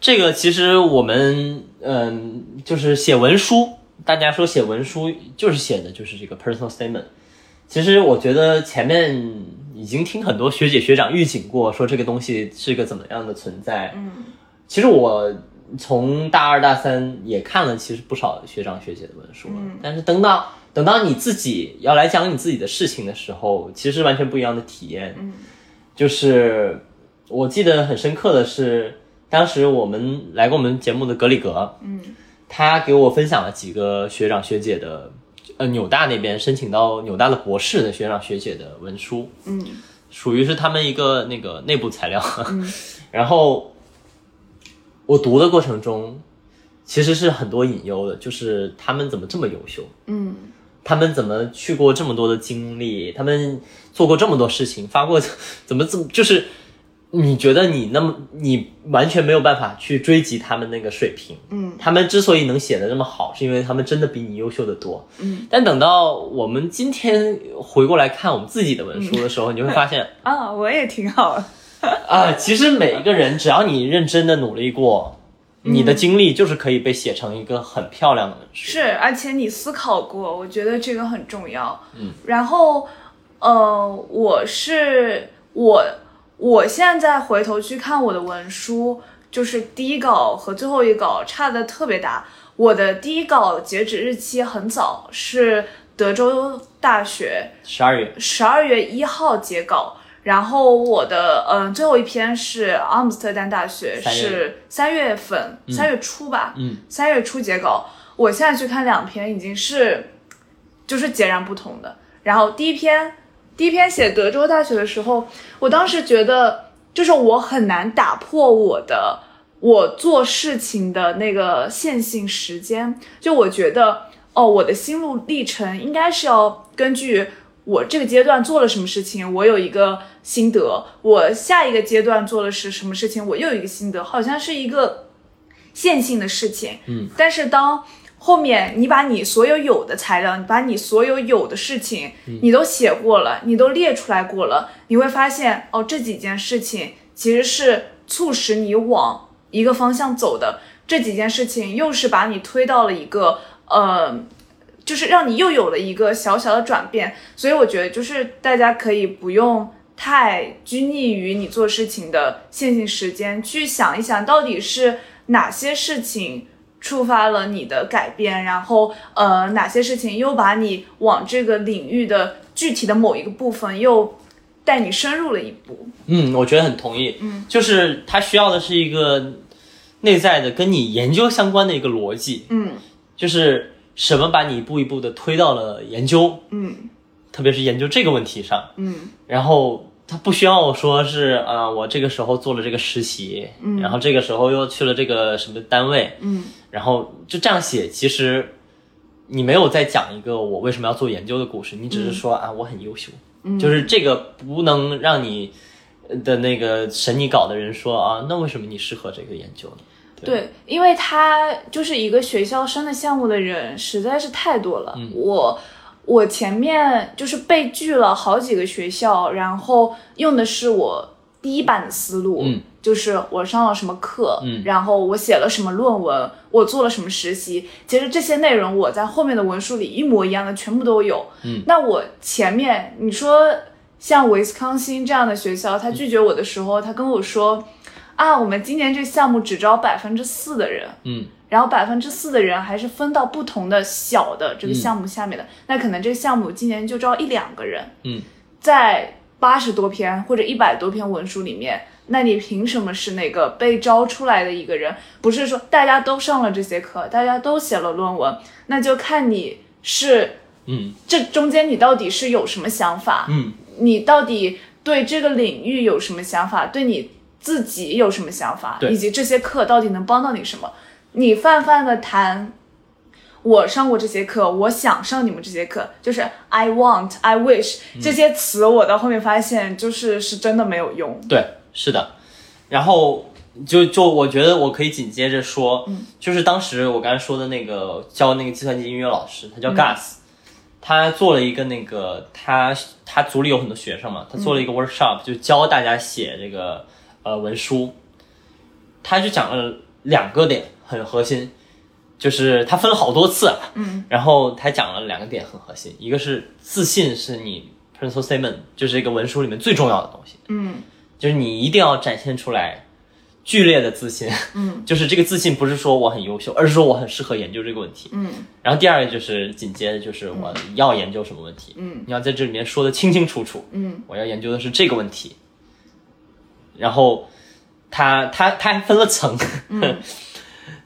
S1: 这个其实我们嗯、就是写文书，大家说写文书就是写的就是这个 personal statement。其实我觉得前面已经听很多学姐学长预警过，说这个东西是个怎么样的存在。嗯，其实我从大二大三也看了，其实不少学长学姐的文书了。但是等到等到你自己要来讲你自己的事情的时候，其实完全不一样的体验。嗯，就是我记得很深刻的是，当时我们来过我们节目的格里格，嗯，他给我分享了几个学长学姐的，呃，纽大那边申请到纽大的博士的学长学姐的文书，嗯，属于是他们一个那个内部材料， 然后我读的过程中，其实是很多隐忧的，就是他们怎么这么优秀，
S2: 嗯
S1: 他们怎么去过这么多的经历，他们做过这么多事情，发过怎么怎么就是。你觉得你那么你完全没有办法去追及他们那个水平，
S2: 嗯，
S1: 他们之所以能写的那么好，是因为他们真的比你优秀的多，嗯。但等到我们今天回过来看我们自己的文书的时候，你会发现
S2: 啊，我也挺好。
S1: 啊，其实每一个人只要你认真的努力过，你的经历就是可以被写成一个很漂亮的文书。
S2: 是，而且你思考过，我觉得这个很重要。嗯，然后，呃，我是我，我现在回头去看我的文书，就是第一稿和最后一稿差的特别大。我的第一稿截止日期很早，是德州大学
S1: 十二月，
S2: 十二月一号截稿，然后我的嗯、呃最后一篇是阿姆斯特丹大学，
S1: 三月
S2: 是三月份三月初吧，
S1: 嗯，
S2: 三月初截稿。我现在去看两篇已经是就是截然不同的。然后第一篇第一篇写德州大学的时候，我当时觉得就是我很难打破我的我做事情的那个线性时间，就我觉得哦，我的心路历程应该是要根据。我这个阶段做了什么事情，我有一个心得；我下一个阶段做了是什么事情，我又有一个心得，好像是一个线性的事情。嗯，但是当后面你把你所有有的材料，你把你所有有的事情，你都写过了，你都列出来过了，你会发现哦，这几件事情其实是促使你往一个方向走的，这几件事情又是把你推到了一个呃就是让你又有了一个小小的转变。所以我觉得，就是大家可以不用太拘泥于你做事情的线性时间，去想一想到底是哪些事情触发了你的改变，然后呃哪些事情又把你往这个领域的具体的某一个部分又带你深入了一步。
S1: 嗯，我觉得很同意。嗯，就是他需要的是一个内在的跟你研究相关的一个逻辑，
S2: 嗯
S1: 就是什么把你一步一步的推到了研究，
S2: 嗯
S1: 特别是研究这个问题上。
S2: 嗯
S1: 然后他不需要说是啊、呃我这个时候做了这个实习，
S2: 嗯
S1: 然后这个时候又去了这个什么单位，
S2: 嗯
S1: 然后就这样写，其实。你没有在讲一个我为什么要做研究的故事，你只是说、啊我很优秀，
S2: 嗯，
S1: 就是这个不能让你呃的那个审你稿的人说啊，那为什么你适合这个研究呢？
S2: 对，因为他就是一个学校生的项目的人实在是太多了。
S1: 嗯
S2: 我我前面就是被拒了好几个学校，然后用的是我第一版的思路，
S1: 嗯
S2: 就是我上了什么课，
S1: 嗯
S2: 然后我写了什么论文，我做了什么实习。其实这些内容我在后面的文书里一模一样的全部都有。
S1: 嗯，
S2: 那我前面你说像维斯康星这样的学校，他拒绝我的时候，他跟我说。啊，我们今年这个项目只招百分之四的人，
S1: 嗯
S2: 然后百分之四的人还是分到不同的小的这个
S1: 嗯
S2: 项目下面的，那可能这个项目今年就招一两个人，
S1: 嗯，
S2: 在八十多篇或者一百多篇文书里面，那你凭什么是那个被招出来的一个人？不是说大家都上了这些课，大家都写了论文，那就看你是
S1: 嗯
S2: 这中间你到底是有什么想法，
S1: 嗯
S2: 你到底对这个领域有什么想法，对你自己有什么想法，
S1: 对
S2: 以及这些课到底能帮到你什么？你泛泛的谈，我上过这些课，我想上你们这些课，就是 I want, I wish 这些词，我到后面发现就是是真的没有用。
S1: 对，是的。然后就就我觉得我可以紧接着说，就是当时我刚才说的那个教那个计算机音乐老师，他叫 Gus，、他做了一个那个他他组里有很多学生嘛，他做了一个 workshop，、就教大家写这个呃文书，他就讲了两个点很核心。就是他分了好多次啊，
S2: 嗯，
S1: 然后他讲了两个点很核心，一个是自信是你 principal statement，就是一个文书里面最重要的东西，
S2: 嗯
S1: 就是你一定要展现出来剧烈的自信，
S2: 嗯，
S1: 就是这个自信不是说我很优秀，而是说我很适合研究这个问题。
S2: 嗯
S1: 然后第二个就是紧接着就是我要研究什么问题，
S2: 嗯，
S1: 你要在这里面说的清清楚楚，
S2: 嗯
S1: 我要研究的是这个问题。然后他他他还分了层，
S2: 嗯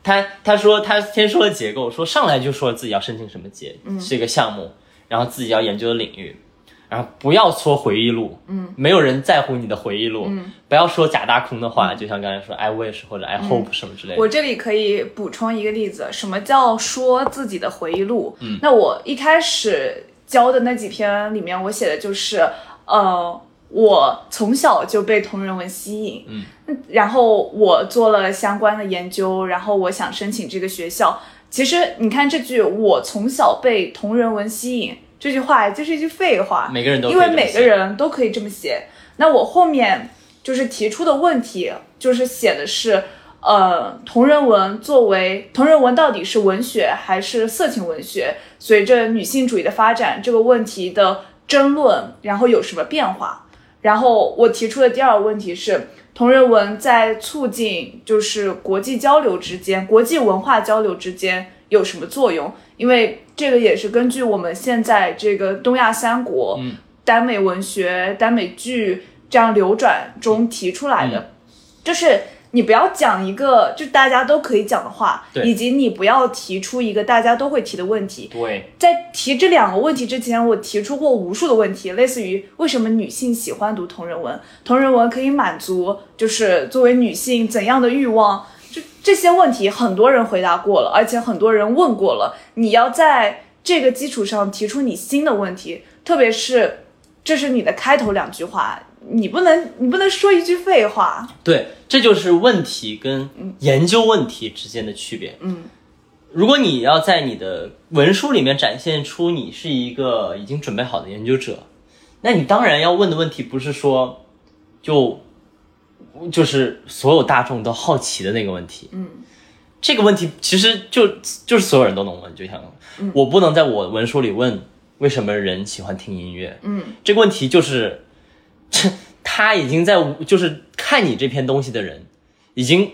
S1: 他他说他先说了结构，说上来就说自己要申请什么结、
S2: 嗯
S1: 这个项目，然后自己要研究的领域，然后不要说回忆录，嗯，没有人在乎你的回忆录，嗯，不要说假大空的话，就像刚才说哎 I wish 或者 I hope 什么之类的，
S2: 嗯我这里可以补充一个例子，什么叫说自己的回忆录？嗯，那我一开始教的那几篇里面，我写的就是，呃，我从小就被同人文吸引，嗯，然后我做了相关的研究，然后我想申请这个学校。其实你看这句“我从小被同人文吸引”这句话，就是一句废话，
S1: 每个人都可以
S2: 因为
S1: 这么
S2: 每个
S1: 写
S2: 人都可以这么写。那我后面就是提出的问题，就是写的是，呃，同人文作为同人文到底是文学还是色情文学？随着女性主义的发展，这个问题的争论，然后有什么变化？然后我提出的第二个问题是，同人文在促进就是国际交流之间、国际文化交流之间有什么作用？因为这个也是根据我们现在这个东亚三国、
S1: 嗯
S2: 耽美文学、耽美剧这样流转中提出来的，
S1: 嗯
S2: 就是。你不要讲一个就大家都可以讲的话，
S1: 对
S2: 以及你不要提出一个大家都会提的问题，
S1: 对，
S2: 在提这两个问题之前，我提出过无数的问题，类似于为什么女性喜欢读同人文，同人文可以满足就是作为女性怎样的欲望，就这些问题很多人回答过了，而且很多人问过了。你要在这个基础上提出你新的问题，特别是这是你的开头两句话，你不能你不能说一句废话。
S1: 对，这就是问题跟研究问题之间的区别。
S2: 嗯，
S1: 如果你要在你的文书里面展现出你是一个已经准备好的研究者，那你当然要问的问题不是说就就是所有大众都好奇的那个问题。
S2: 嗯，
S1: 这个问题其实就就是所有人都能问，就像、
S2: 嗯
S1: 我不能在我文书里问为什么人喜欢听音乐，
S2: 嗯，
S1: 这个问题就是，这他已经在就是看你这篇东西的人，已经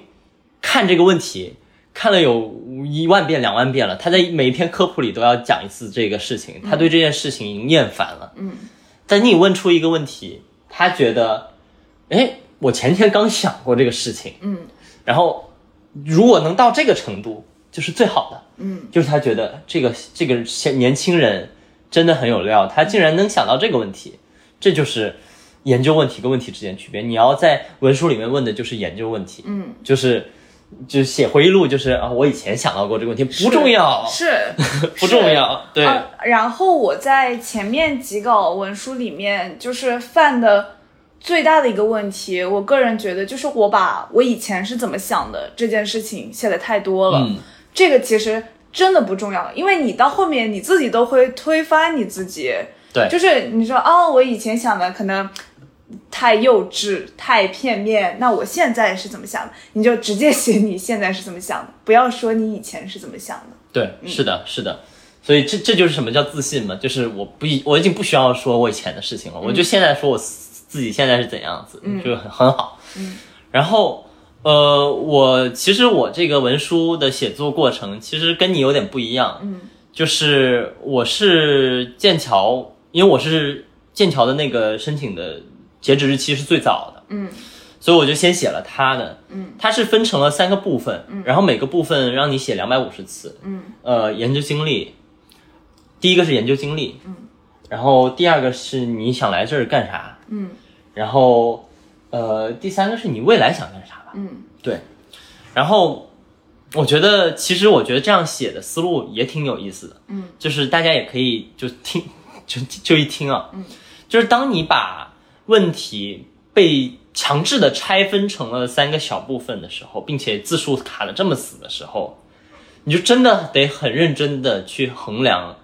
S1: 看这个问题看了有一万遍两万遍了，他在每一篇科普里都要讲一次这个事情，他对这件事情已经厌烦了，
S2: 嗯，
S1: 但你问出一个问题，他觉得，哎，我前天刚想过这个事情，
S2: 嗯
S1: 然后如果能到这个程度，就是最好的。
S2: 嗯
S1: 就是他觉得这个这个现年轻人真的很有料，他竟然能想到这个问题，这就是研究问题跟问题之间的区别。你要在文书里面问的就是研究问题，
S2: 嗯，
S1: 就是就是写回忆录，就是啊，我以前想到过这个问题，不重要，
S2: 是
S1: 不重要，对，
S2: 啊，然后我在前面几稿文书里面，就是犯的最大的一个问题，我个人觉得就是我把我以前是怎么想的这件事情写的太多了。
S1: 嗯，
S2: 这个其实真的不重要，因为你到后面你自己都会推翻你自己。
S1: 对
S2: 就是你说哦，我以前想的可能太幼稚、太片面，那我现在是怎么想的？你就直接写你现在是怎么想的，不要说你以前是怎么想的。
S1: 对，是的，是的。所以这这就是什么叫自信嘛？就是我不以我已经不需要说我以前的事情了，我就现在说我自自己现在是怎样子，就很很好。
S2: 嗯。
S1: 然后呃，我其实我这个文书的写作过程其实跟你有点不一样，
S2: 嗯
S1: 就是我是剑桥，因为我是剑桥的那个申请的截止日期是最早的，
S2: 嗯
S1: 所以我就先写了他的。
S2: 嗯，
S1: 它是分成了三个部分，然后每个部分让你写两百五十词。
S2: 嗯
S1: 呃研究经历，第一个是研究经历，嗯，然后第二个是你想来这儿干啥，
S2: 嗯
S1: 然后呃第三个是你未来想干啥吧，
S2: 嗯
S1: 对，然后我觉得其实我觉得这样写的思路也挺有意思的，
S2: 嗯，
S1: 就是大家也可以就听 就就一听啊，
S2: 嗯，
S1: 就是当你把问题被强制的拆分成了三个小部分的时候，并且字数卡的这么死的时候，你就真的得很认真的去衡量。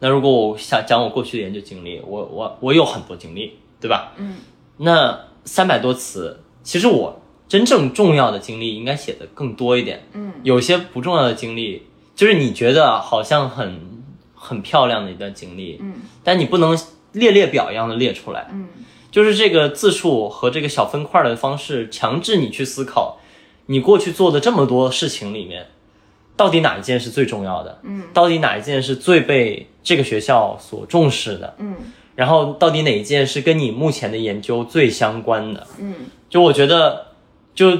S1: 那如果我想讲我过去的研究经历，我我我有很多经历，对吧？
S2: 嗯
S1: 那三百多词，其实我真正重要的经历应该写的更多一点。
S2: 嗯
S1: 有些不重要的经历，就是你觉得好像很很漂亮的一段经历，
S2: 嗯
S1: 但你不能列列表一样的列出来。
S2: 嗯
S1: 就是这个字数和这个小分块的方式，强制你去思考，你过去做的这么多事情里面，到底哪一件是最重要的？
S2: 嗯，
S1: 到底哪一件是最被这个学校所重视的？
S2: 嗯
S1: 然后到底哪一件是跟你目前的研究最相关的？
S2: 嗯
S1: 就我觉得，就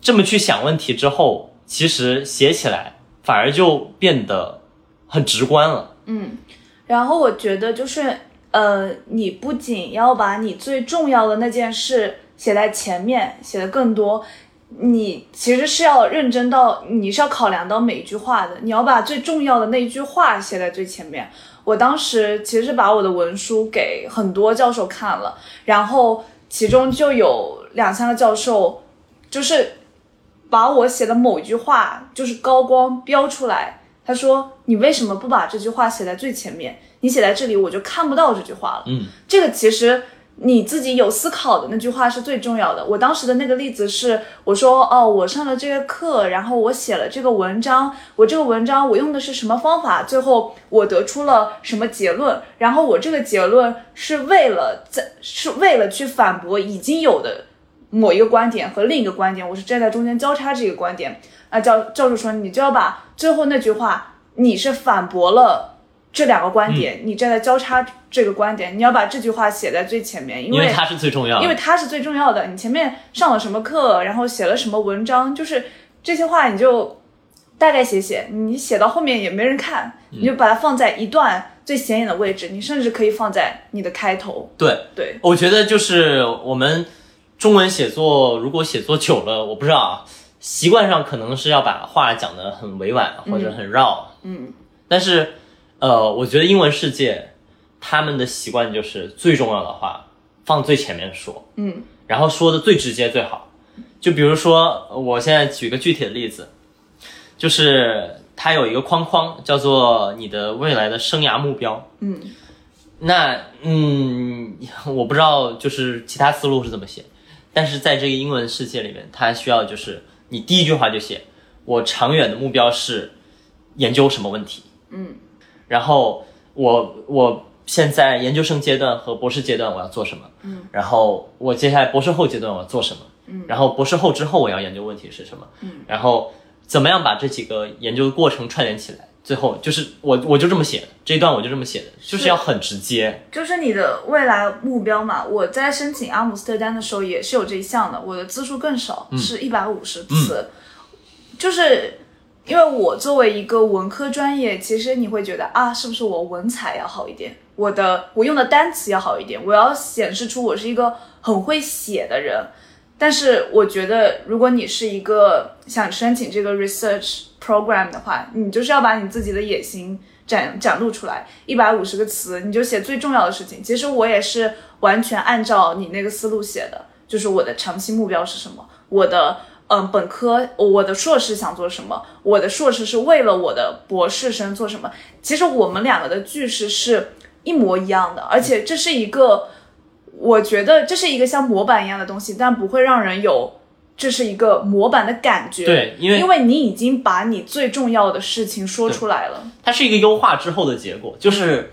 S1: 这么去想问题之后，其实写起来反而就变得很直观了。
S2: 嗯。然后我觉得就是呃，你不仅要把你最重要的那件事写在前面，写的更多。你其实是要认真到，你是要考量到每一句话的，你要把最重要的那一句话写在最前面。我当时其实把我的文书给很多教授看了，然后其中就有两三个教授，就是把我写的某一句话就是高光标出来。他说：“你为什么不把这句话写在最前面？你写在这里，我就看不到这句话了。”
S1: 嗯，
S2: 这个其实你自己有思考的那句话是最重要的。我当时的那个例子是，我说哦，我上了这个课，然后我写了这个文章，我这个文章我用的是什么方法，最后我得出了什么结论，然后我这个结论是为了在是为了去反驳已经有的某一个观点和另一个观点，我是站在中间交叉这个观点。啊，教教授说你就要把最后那句话，你是反驳了。这两个观点，你站在交叉这个观点，你要把这句话写在最前面，因
S1: 因
S2: 为
S1: 为它是最重要的。
S2: 因为它是最重要的。你前面上了什么课，然后写了什么文章，就是这些话你就大概写写，你写到后面也没人看，你就把它放在一段最显眼的位置，你甚至可以放在你的开头。
S1: 对，
S2: 对，
S1: 我觉得就是我们中文写作，如果写作久了，我不知道啊，习惯上可能是要把话讲得很委婉或者很绕，
S2: 嗯
S1: 但是呃，我觉得英文世界他们的习惯就是最重要的话放最前面说，
S2: 嗯
S1: 然后说的最直接最好。就比如说，呃我现在举个具体的例子，就是它有一个框框叫做你的未来的生涯目标。
S2: 嗯
S1: 那嗯，我不知道就是其他思路是怎么写，但是在这个英文世界里面，它需要就是你第一句话就写我长远的目标是研究什么问题，
S2: 嗯
S1: 然后我我现在研究生阶段和博士阶段我要做什么，
S2: 嗯，
S1: 然后我接下来博士后阶段我要做什么，
S2: 嗯，
S1: 然后博士后之后我要研究问题是什么，
S2: 嗯，
S1: 然后怎么样把这几个研究的过程串联起来，最后就是我我就这么写的这一段我就这么写的，就是要很直接，
S2: 就是你的未来目标嘛。我在申请阿姆斯特丹的时候也是有这一项的，我的字数更少，是一百五十词，就是。因为我作为一个文科专业，其实你会觉得啊，是不是我文采要好一点，我的我用的单词要好一点，我要显示出我是一个很会写的人。但是我觉得，如果你是一个想申请这个 research program 的话，你就是要把你自己的野心展展露出来。一百五十个词，你就写最重要的事情。其实我也是完全按照你那个思路写的，就是我的长期目标是什么，我的嗯本科，我的硕士想做什么，我的硕士是为了我的博士生做什么。其实我们两个的句式是一模一样的，而且这是一个。我觉得这是一个像模板一样的东西，但不会让人有这是一个模板的感觉。
S1: 对因为
S2: 因为你已经把你最重要的事情说出来了。
S1: 它是一个优化之后的结果，就是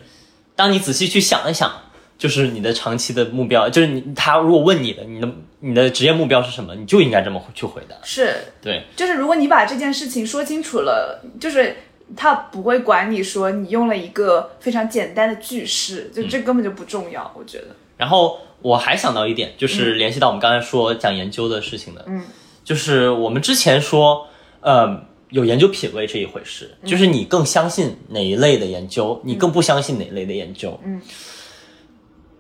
S1: 当你仔细去想一想，就是你的长期的目标，就是你他如果问你的，你的你的职业目标是什么，你就应该这么去回答。
S2: 是，
S1: 对，
S2: 就是如果你把这件事情说清楚了，就是他不会管你说你用了一个非常简单的句式，
S1: 嗯
S2: 就这根本就不重要，我觉得。
S1: 然后我还想到一点，就是联系到我们刚才说讲研究的事情的，
S2: 嗯，
S1: 就是我们之前说，呃，有研究品味这一回事，
S2: 嗯
S1: 就是你更相信哪一类的研究，你更不相信哪一类的研究，
S2: 嗯，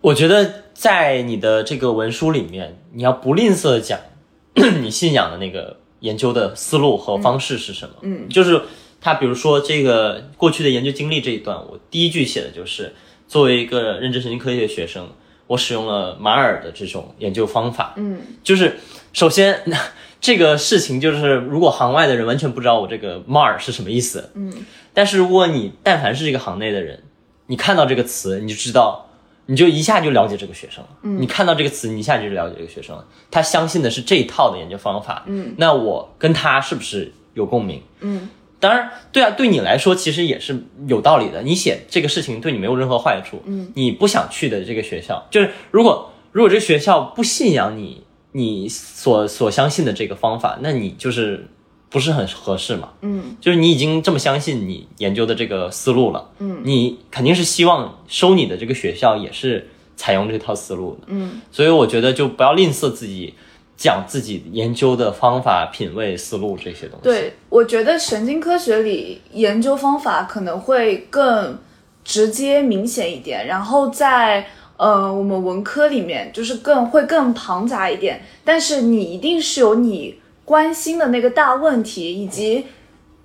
S1: 我觉得在你的这个文书里面，你要不吝啬地讲 你信仰的那个研究的思路和方式是什么，
S2: 嗯嗯
S1: 就是他比如说这个过去的研究经历这一段，我第一句写的就是作为一个认知神经科学学生。我使用了马尔的这种研究方法，
S2: 嗯
S1: 就是首先 这个事情就是，如果行外的人完全不知道我这个 mar 是什么意思，
S2: 嗯
S1: 但是如果你但凡是这个行内的人，你看到这个词你就知道，你就一下就了解这个学生了。嗯，你看到这个词，你一下就了解这个学生了。他相信的是这一套的研究方法。
S2: 嗯，
S1: 那我跟他是不是有共鸣？
S2: 嗯
S1: 当然，对啊，对你来说其实也是有道理的。你写这个事情对你没有任何坏处，
S2: 嗯，
S1: 你不想去的这个学校，就是如果如果这个学校不信仰你，你所所相信的这个方法，那你就是不是很合适嘛？
S2: 嗯
S1: 就是你已经这么相信你研究的这个思路了，
S2: 嗯
S1: 你肯定是希望收你的这个学校也是采用这套思路的，
S2: 嗯
S1: 所以我觉得就不要吝啬自己讲自己研究的方法、品味、思路这些东西。
S2: 对，我觉得神经科学里研究方法可能会更直接明显一点，然后在呃我们文科里面就是更会更庞杂一点，但是你一定是有你关心的那个大问题，以及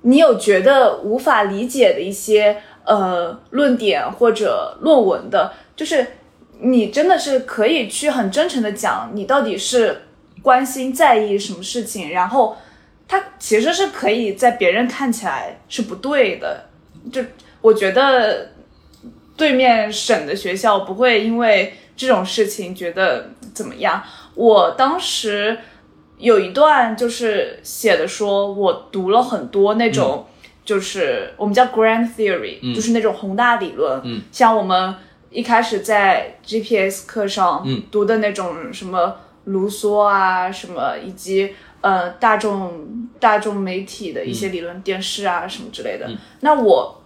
S2: 你有觉得无法理解的一些呃论点或者论文的，就是你真的是可以去很真诚的讲你到底是关心在意什么事情，然后。它其实是可以在别人看起来是不对的。就我觉得对面省的学校不会因为这种事情觉得怎么样。我当时有一段就是写的说，我读了很多那种、就是我们叫 grand theory，、就是那种宏大理论，
S1: 嗯
S2: 像我们一开始在 GPS 课上
S1: 嗯
S2: 读的那种什么卢梭啊，什么以及呃大众大众媒体的一
S1: 嗯
S2: 些理论，电视啊什么之类的。那我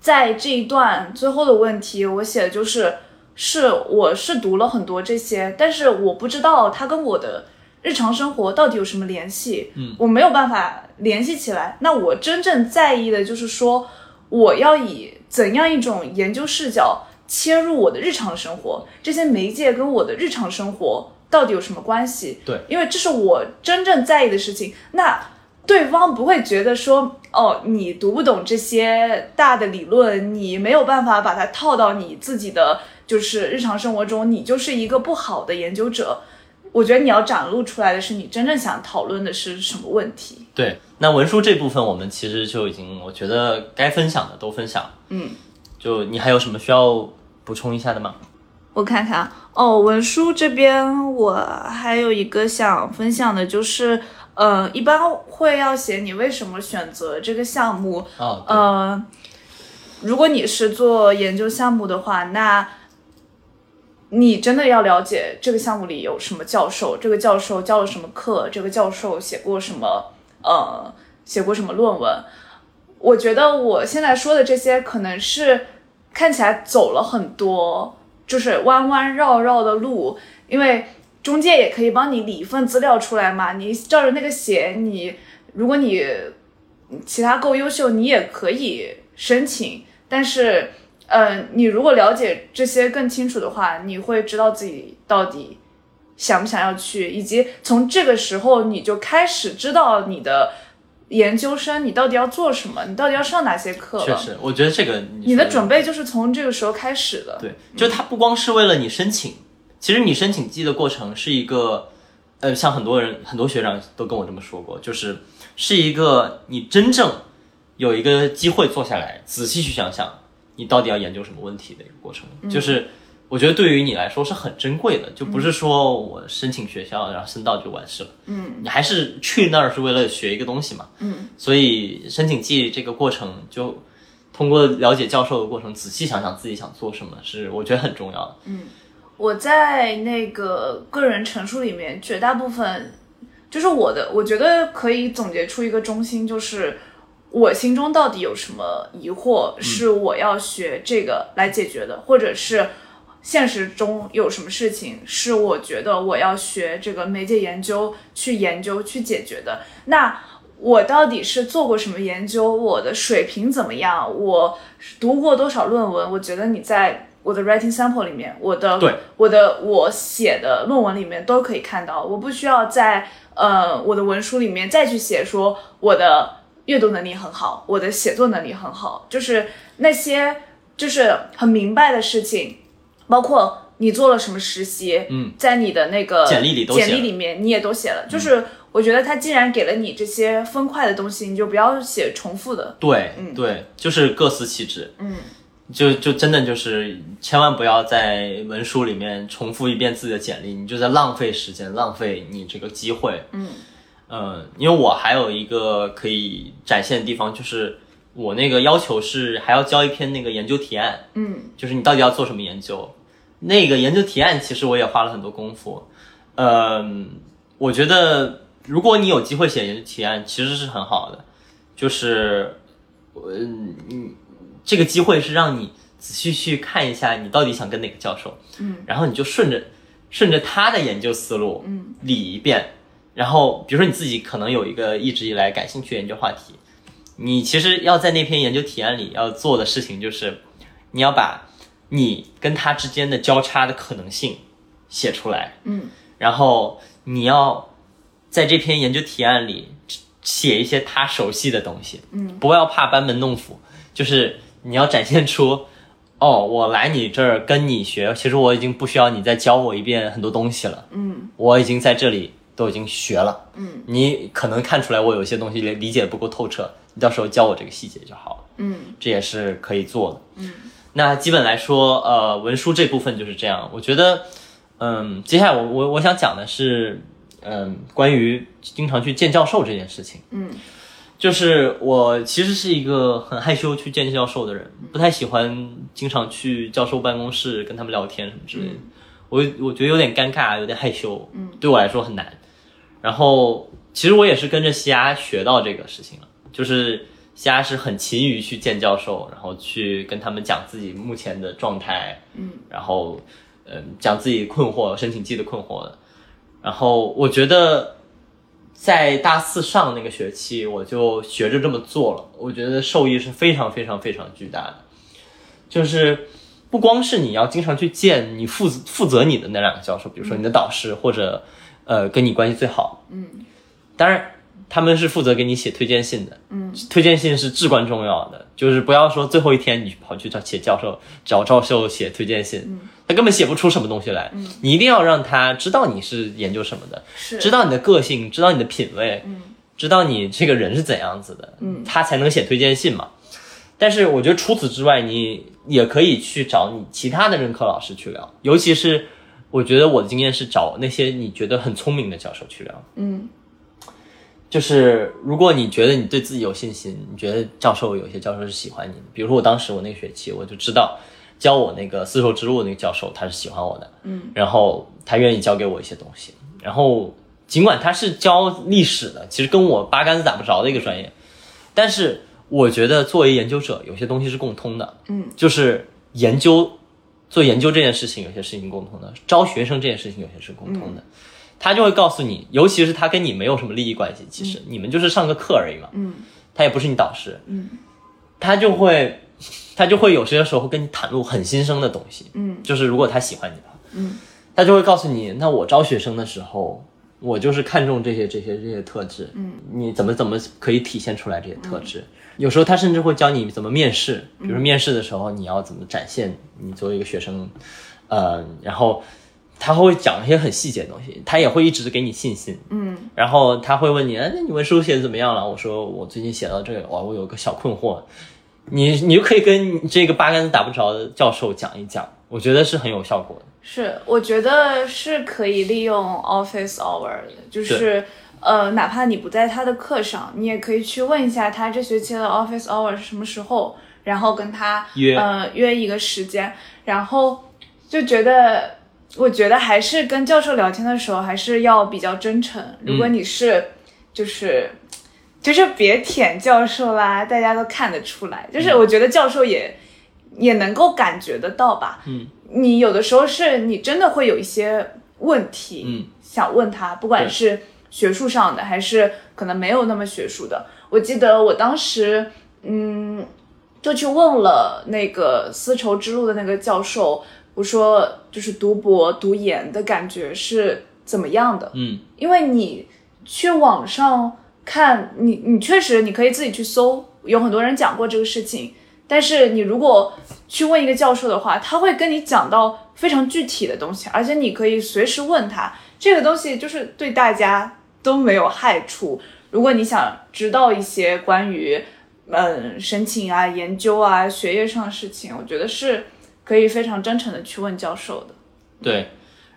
S2: 在这一段最后的问题，我写的就是是我是读了很多这些，但是我不知道它跟我的日常生活到底有什么联系，嗯，我没有办法联系起来。那我真正在意的就是说，我要以怎样一种研究视角切入我的日常生活，这些媒介跟我的日常生活到底有什么关系？
S1: 对
S2: 因为这是我真正在意的事情。那对方不会觉得说，哦，你读不懂这些大的理论，你没有办法把它套到你自己的就是日常生活中，你就是一个不好的研究者。我觉得你要展露出来的是你真正想讨论的是什么问题。
S1: 对，那文书这部分我们其实就已经，我觉得该分享的都分享。
S2: 嗯，
S1: 就你还有什么需要补充一下的吗？
S2: 我看看啊，哦，文书这边我还有一个想分享的，就是呃，一般会要写你为什么选择这个项目。
S1: 哦，对
S2: 呃，如果你是做研究项目的话，那你真的要了解这个项目里有什么教授，这个教授教了什么课，这个教授写过什么，呃，写过什么论文。我觉得我现在说的这些，可能是看起来走了很多，就是弯弯绕绕的路，因为中介也可以帮你理一份资料出来嘛。你照着那个写，你如果你其他够优秀，你也可以申请。但是，呃，你如果了解这些更清楚的话，你会知道自己到底想不想要去，以及从这个时候你就开始知道你的研究生你到底要做什么，你到底要上哪些课了。
S1: 确实，我觉得这个你
S2: 你的
S1: 说
S2: 准备就是从这个时候开始的。
S1: 对，就是它不光是为了你申请，其实你申请季的过程是一个，呃，像很多人很多学长都跟我这么说过，就是是一个你真正有一个机会坐下来仔细去想想，你到底要研究什么问题的一个过程，就是。我觉得对于你来说是很珍贵的，就不是说我申请学校、然后申到就完事了。嗯，你还是去那儿是为了学一个东西嘛。嗯，所以申请季这个过程就通过了解教授的过程，仔细想想自己想做什么，是我觉得很重要的。
S2: 我在那个个人陈述里面，绝大部分就是我的，我觉得可以总结出一个中心，就是我心中到底有什么疑惑，是我要学这个来解决的，或者是现实中有什么事情是我觉得我要学这个媒介研究去研究去解决的。那我到底是做过什么研究？我的水平怎么样？我读过多少论文？我觉得你在我的 writing sample 里面，我的
S1: 对
S2: 我的我写的论文里面都可以看到，我不需要在呃我的文书里面再去写说我的阅读能力很好，我的写作能力很好，就是那些就是很明白的事情，包括你做了什么实习，
S1: 嗯，
S2: 在你的那个
S1: 简历里都
S2: 简
S1: 写
S2: 历
S1: 了嗯
S2: 里面你也都写了，就是我觉得他既然给了你这些分块的东西，你就不要写重复的，
S1: 对，对，就是各司其职。
S2: 嗯，
S1: 就就真的就是千万不要在文书里面重复一遍自己的简历，你就在浪费时间，浪费你这个机会。
S2: 嗯
S1: 嗯，因为我还有一个可以展现的地方，就是我那个要求是还要交一篇那个研究提案。
S2: 嗯
S1: 就是你到底要做什么研究。那个研究提案其实我也花了很多功夫，嗯，我觉得如果你有机会写研究提案，其实是很好的，就是，嗯，你这个机会是让你仔细去看一下你到底想跟哪个教授，
S2: 嗯，
S1: 然后你就顺着顺着他的研究思路，
S2: 嗯，
S1: 理一遍，然后比如说你自己可能有一个一直以来感兴趣的研究话题，你其实要在那篇研究提案里要做的事情就是，你要把你跟他之间的交叉的可能性写出来，
S2: 嗯
S1: 然后你要在这篇研究提案里写一些他熟悉的东西，
S2: 嗯，
S1: 不要怕班门弄斧，就是你要展现出，哦，我来你这儿跟你学，其实我已经不需要你再教我一遍很多东西了，
S2: 嗯
S1: 我已经在这里都已经学了，
S2: 嗯
S1: 你可能看出来我有些东西理理解得不够透彻，你到时候教我这个细节就好了。
S2: 嗯
S1: 这也是可以做的。
S2: 嗯，
S1: 那基本来说，呃，文书这部分就是这样。我觉得，嗯，接下来我我我想讲的是，嗯，关于经常去见教授这件事情。
S2: 嗯
S1: 就是我其实是一个很害羞去见教授的人，不太喜欢经常去教授办公室跟他们聊天什么之类的。我我觉得有点尴尬，有点害羞，嗯，对我来说很难。然后其实我也是跟着西亚学到这个事情了，就是西亚是很勤于去见教授，然后去跟他们讲自己目前的状态，
S2: 嗯，
S1: 然后嗯、讲自己困惑、申请季的困惑的。然后我觉得在大四上那个学期，我就学着这么做了，我觉得受益是非常非常非常巨大的，就是。不光是你要经常去见你负负责你的那两个教授，比如说你的导师或者呃跟你关系最好，
S2: 嗯
S1: 当然，他们是负责给你写推荐信的，
S2: 嗯，
S1: 推荐信是至关重要的，就是不要说最后一天你跑去找写教授找教授写推荐信，
S2: 嗯
S1: 他根本写不出什么东西来，你一定要让他知道你是研究什么的，
S2: 是
S1: 知道你的个性，知道你的品味，知道你这个人是怎样子的，
S2: 嗯
S1: 他才能写推荐信嘛。但是我觉得除此之外，你也可以去找你其他的任课老师去聊，尤其是我觉得我的经验是找那些你觉得很聪明的教授去聊，
S2: 嗯
S1: 就是如果你觉得你对自己有信心，你觉得教授有些教授是喜欢你的，比如说我当时我那个学期我就知道教我那个丝绸之路的那个教授他是喜欢我的，
S2: 嗯，
S1: 然后他愿意教给我一些东西，然后尽管他是教历史的，其实跟我八竿子打不着的一个专业，但是我觉得作为研究者，有些东西是共通的，
S2: 嗯，
S1: 就是研究做研究这件事情，有些事情共通的，招学生这件事情有些是共通的。他就会告诉你，尤其是他跟你没有什么利益关系，其实、你们就是上个课而已嘛，
S2: 嗯
S1: 他也不是你导师，
S2: 嗯
S1: 他就会他就会有些时候会跟你袒露很新生的东西，
S2: 嗯
S1: 就是如果他喜欢你的话，
S2: 嗯，
S1: 他就会告诉你，那我招学生的时候，我就是看重这些这些这些特质，
S2: 嗯，
S1: 你怎么怎么可以体现出来这些特质？有时候他甚至会教你怎么面试，比
S2: 嗯
S1: 如说面试的时候你要怎么展现你作为一个学生，呃，然后他会讲一些很细节的东西，他也会一直给你信心，
S2: 嗯
S1: 然后他会问你，哎，那你文书写的怎么样了？我说我最近写到这个，哇，我有个小困惑。你你就可以跟这个八竿子打不着的教授讲一讲，我觉得是很有效果的。
S2: 是，我觉得是可以利用 office hour 的，就是呃，哪怕你不在他的课上，你也可以去问一下他这学期的 office hour 是什么时候，然后跟他
S1: 约
S2: 呃约一个时间，然后就觉得。我觉得还是跟教授聊天的时候，还是要比较真诚。如果你是，就是，就是别舔教授啦，大家都看得出来。就是我觉得教授也、也能够感觉得到吧。
S1: 嗯，
S2: 你有的时候是你真的会有一些问题，
S1: 嗯，
S2: 想问他，不管是学术上的还是可能没有那么学术的。我记得我当时，嗯，就去问了那个丝绸之路的那个教授，我说就是读博读研的感觉是怎么样的？
S1: 嗯
S2: 因为你去网上看，你你确实你可以自己去搜，有很多人讲过这个事情。但是你如果去问一个教授的话，他会跟你讲到非常具体的东西，而且你可以随时问他。这个东西就是对大家都没有害处。如果你想知道一些关于嗯申请啊、研究啊、学业上的事情，我觉得是可以非常真诚的去问教授的。，
S1: 对。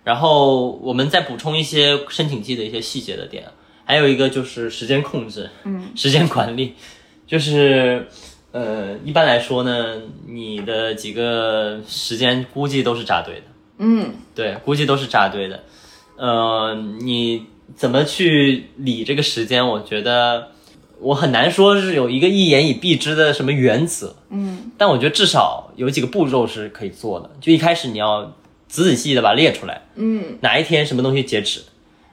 S1: 然后我们再补充一些申请季的一些细节的点，还有一个就是时间控制，
S2: 嗯，
S1: 时间管理，就是呃，一般来说呢，你的几个时间估计都是扎堆的，
S2: 嗯
S1: 对，估计都是扎堆的。呃，你怎么去理这个时间？我觉得我很难说是有一个一言以蔽之的什么原则，
S2: 嗯
S1: 但我觉得至少有几个步骤是可以做的。就一开始你要仔仔细细的把它列出来，
S2: 嗯
S1: 哪一天什么东西截止，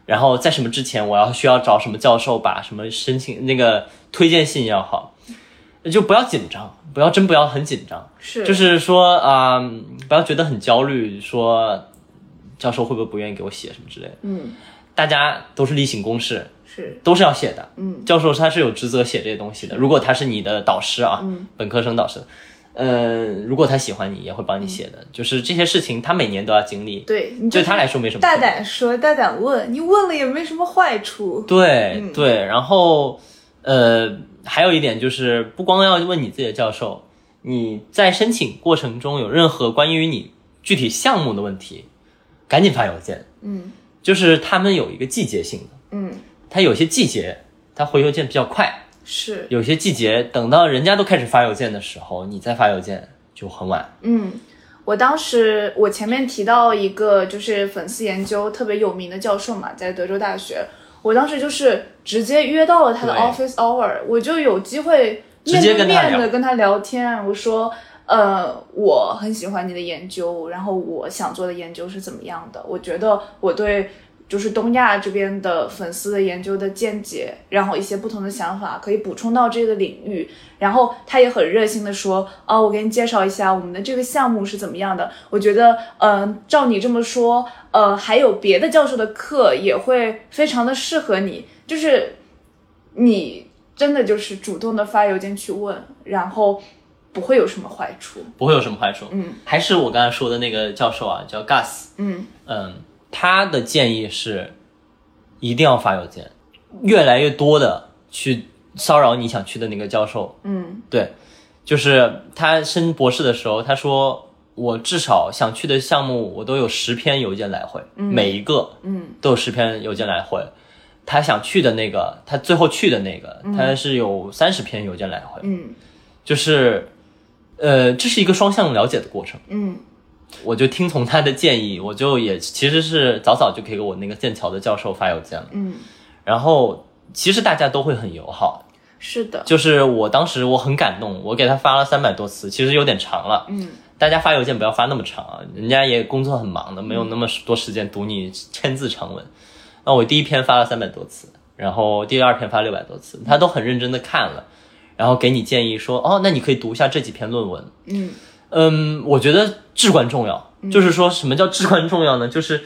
S1: 然后在什么之前我要需要找什么教授把什么申请那个推荐信要好，就不要紧张，不要真不要很紧张，
S2: 是
S1: 就是说啊、嗯不要觉得很焦虑，说教授会不会不愿意给我写什么之类的。
S2: 嗯
S1: 大家都是例行公事，
S2: 是
S1: 都是要写的。
S2: 嗯
S1: 教授他是有职责写这些东西的。如果他是你的导师啊，
S2: 嗯
S1: 本科生导师，呃，如果他喜欢你，也会帮你写的。
S2: 嗯
S1: 就是这些事情，他每年都要经历，
S2: 对，你就
S1: 对
S2: 是
S1: 他来说没什么
S2: 大
S1: 困难
S2: 胆说，大胆问，你问了也没什么坏处。
S1: 对、
S2: 嗯
S1: 对，然后呃，还有一点就是，不光要问你自己的教授，你在申请过程中有任何关于你具体项目的问题，赶紧发邮件。
S2: 嗯
S1: 就是他们有一个季节性的，
S2: 嗯，
S1: 它有些季节它回邮件比较快，
S2: 是，
S1: 有些季节等到人家都开始发邮件的时候，你再发邮件就很晚。
S2: 嗯，我当时我前面提到一个就是粉丝研究特别有名的教授嘛，在德州大学，我当时就是直接约到了他的
S1: 对
S2: office hour，我就有机会
S1: 直
S2: 面
S1: 接
S2: 对
S1: 跟他
S2: 面的
S1: 聊
S2: 跟他聊天，我说。呃，我很喜欢你的研究，然后我想做的研究是怎么样的？我觉得我对就是东亚这边的粉丝的研究的见解，然后一些不同的想法可以补充到这个领域。然后他也很热心的说，啊，我给你介绍一下我们的这个项目是怎么样的。我觉得，嗯、照你这么说，呃，还有别的教授的课也会非常的适合你，就是你真的就是主动的发邮件去问，然后不会有什么坏处。
S1: 不会有什么坏处，
S2: 嗯
S1: 还是我刚才说的那个教授啊，叫 Gus，
S2: 嗯
S1: 嗯，他的建议是一定要发邮件，越来越多的去骚扰你想去的那个教授。
S2: 嗯
S1: 对，就是他升博士的时候，他说我至少想去的项目，我都有十篇邮件来回，每一个
S2: 嗯
S1: 都有十篇邮件来回。他想去的那个，他最后去的那个，
S2: 嗯
S1: 他是有三十篇邮件来回，
S2: 嗯
S1: 就是，呃，这是一个双向了解的过程。
S2: 嗯
S1: 我就听从他的建议，我就也其实是早早就给我那个剑桥的教授发邮件了，
S2: 嗯，
S1: 然后其实大家都会很友好，
S2: 是的，
S1: 就是我当时我很感动，我给他发了三百多次，其实有点长了。
S2: 嗯
S1: 大家发邮件不要发那么长啊，人家也工作很忙的，没有那么多时间读你千字长文。那我第一篇发了三百多次，然后第二篇发六百多次，他都很认真的看了，然后给你建议说，哦，那你可以读一下这几篇论文。
S2: 嗯
S1: 嗯，我觉得至关重要。就是说什么叫至关重要呢？就是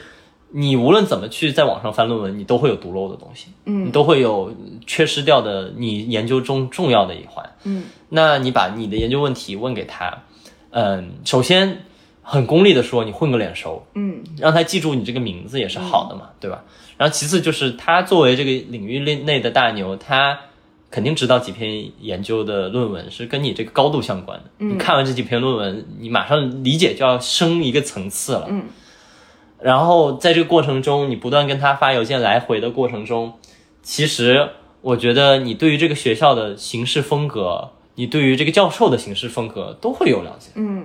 S1: 你无论怎么去在网上翻论文，你都会有读漏的东西，你
S2: 嗯
S1: 都会有缺失掉的你研究中重要的一环。
S2: 嗯
S1: 那你把你的研究问题问给他，嗯，首先很功利的说，你混个脸熟，
S2: 嗯
S1: 让他记住你这个名字也是好的嘛，对吧？然后其次就是他作为这个领域内内的大牛，他肯定知道几篇研究的论文是跟你这个高度相关的。
S2: 嗯
S1: 你看完这几篇论文，你马上理解就要升一个层次了。
S2: 嗯
S1: 然后在这个过程中，你不断跟他发邮件来回的过程中，其实我觉得你对于这个学校的行事风格，你对于这个教授的行事风格都会有了解，
S2: 嗯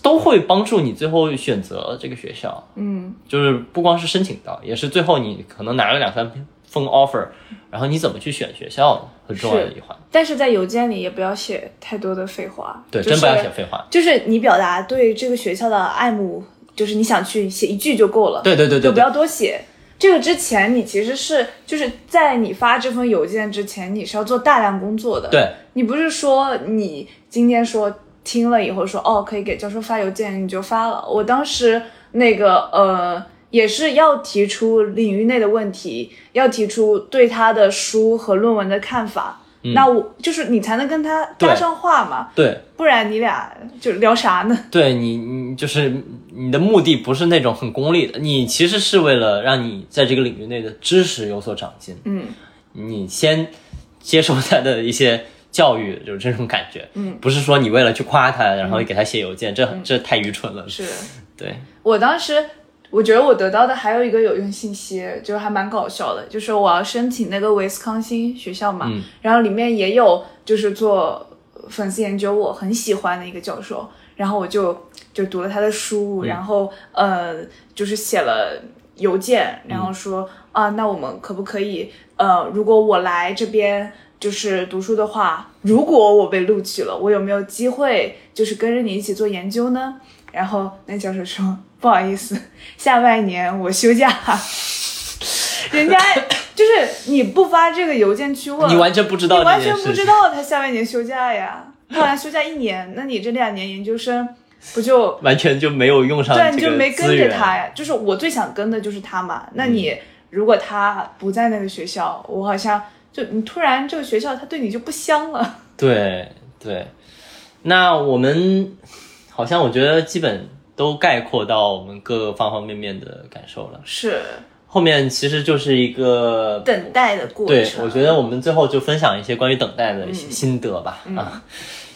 S1: 都会帮助你最后选择这个学校。
S2: 嗯
S1: 就是不光是申请到，也是最后你可能拿了两三封 offer，然后你怎么去选学校很重要的一环。
S2: 但是在邮件里也不要写太多的废话，
S1: 对，
S2: 就
S1: 真不要
S2: 是
S1: 写废话。
S2: 就是你表达对这个学校的爱慕，就是你想去写一句就够了，
S1: 对对对对
S2: 就不
S1: 对
S2: 要多写。这个之前你其实是就是在你发这封邮件之前，你是要做大量工作的。，
S1: 对
S2: 你不是说你今天说听了以后说哦可以给教授发邮件你就发了。我当时那个呃也是要提出领域内的问题，要提出对他的书和论文的看法。那我就是你才能跟他搭
S1: 对
S2: 上话嘛，
S1: 对
S2: 不然你俩就聊啥呢？
S1: 对，你你就是你的目的不是那种很功利的，你其实是为了让你在这个领域内的知识有所长进。
S2: 嗯
S1: 你先接受他的一些教育，就是这种感觉。
S2: 嗯，
S1: 不是说你为了去夸他，然后给他写邮件，这这太愚蠢了。
S2: 是
S1: 对，
S2: 我当时。我觉得我得到的还有一个有用信息，就是还蛮搞笑的，就是我要申请那个威斯康星学校嘛，
S1: 嗯
S2: 然后里面也有就是做粉丝研究我很喜欢的一个教授，然后我就就读了他的书，然后呃就是写了邮件，
S1: 嗯
S2: 然后说、啊，那我们可不可以呃，如果我来这边就是读书的话，如果我被录取了，我有没有机会就是跟着你一起做研究呢？然后那教授说不好意思，下半年我休假。 人家就是你不发这个邮件去问，
S1: 你完全不知道
S2: 你完
S1: 这
S2: 全
S1: 件事情。
S2: 不知道他下半年休假呀，他好像休假一年，那你这两年研究生不就
S1: 完全就没有用上
S2: 对，你
S1: 这
S2: 就
S1: 个
S2: 没跟
S1: 资
S2: 着
S1: 源嗯
S2: 他呀？就是我最想跟的就是他嘛。那你如果他不在那个学校，我好像就你突然这个学校他对你就不香了。
S1: 对对，那我们好像我觉得基本都概括到我们各个方方面面的感受了。
S2: 是
S1: 后面其实就是一个
S2: 等待的过
S1: 对，
S2: 程。
S1: 我觉得我们最后就分享一些关于等待的一
S2: 嗯
S1: 些心得吧。啊，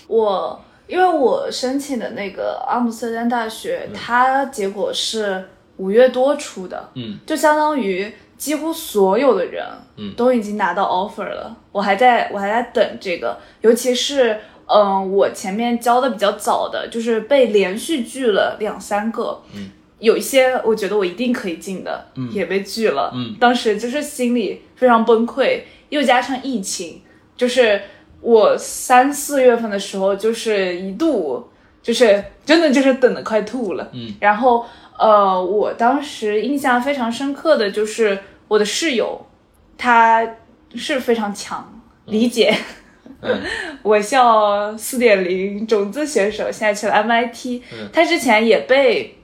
S2: 我因为我申请的那个阿姆斯特丹大
S1: 嗯
S2: 学，它结果是五月多出的，
S1: 嗯，
S2: 就相当于几乎所有的人，
S1: 嗯
S2: 都已经拿到 offer 了，我还在我还在等这个，尤其是。嗯，我前面交的比较早的，就是被连续拒了两三个，
S1: 嗯，
S2: 有一些我觉得我一定可以进的，
S1: 嗯
S2: 也被拒了，
S1: 嗯
S2: 当时就是心里非常崩溃，又加上疫情，就是我三四月份的时候，就是一度就是真的就是等的快吐了。
S1: 嗯，
S2: 然后呃，我当时印象非常深刻的就是我的室友，他是非常强理解。
S1: 嗯
S2: 我校四点零种子选手，现在去了 MIT，、
S1: 嗯
S2: 他之前也被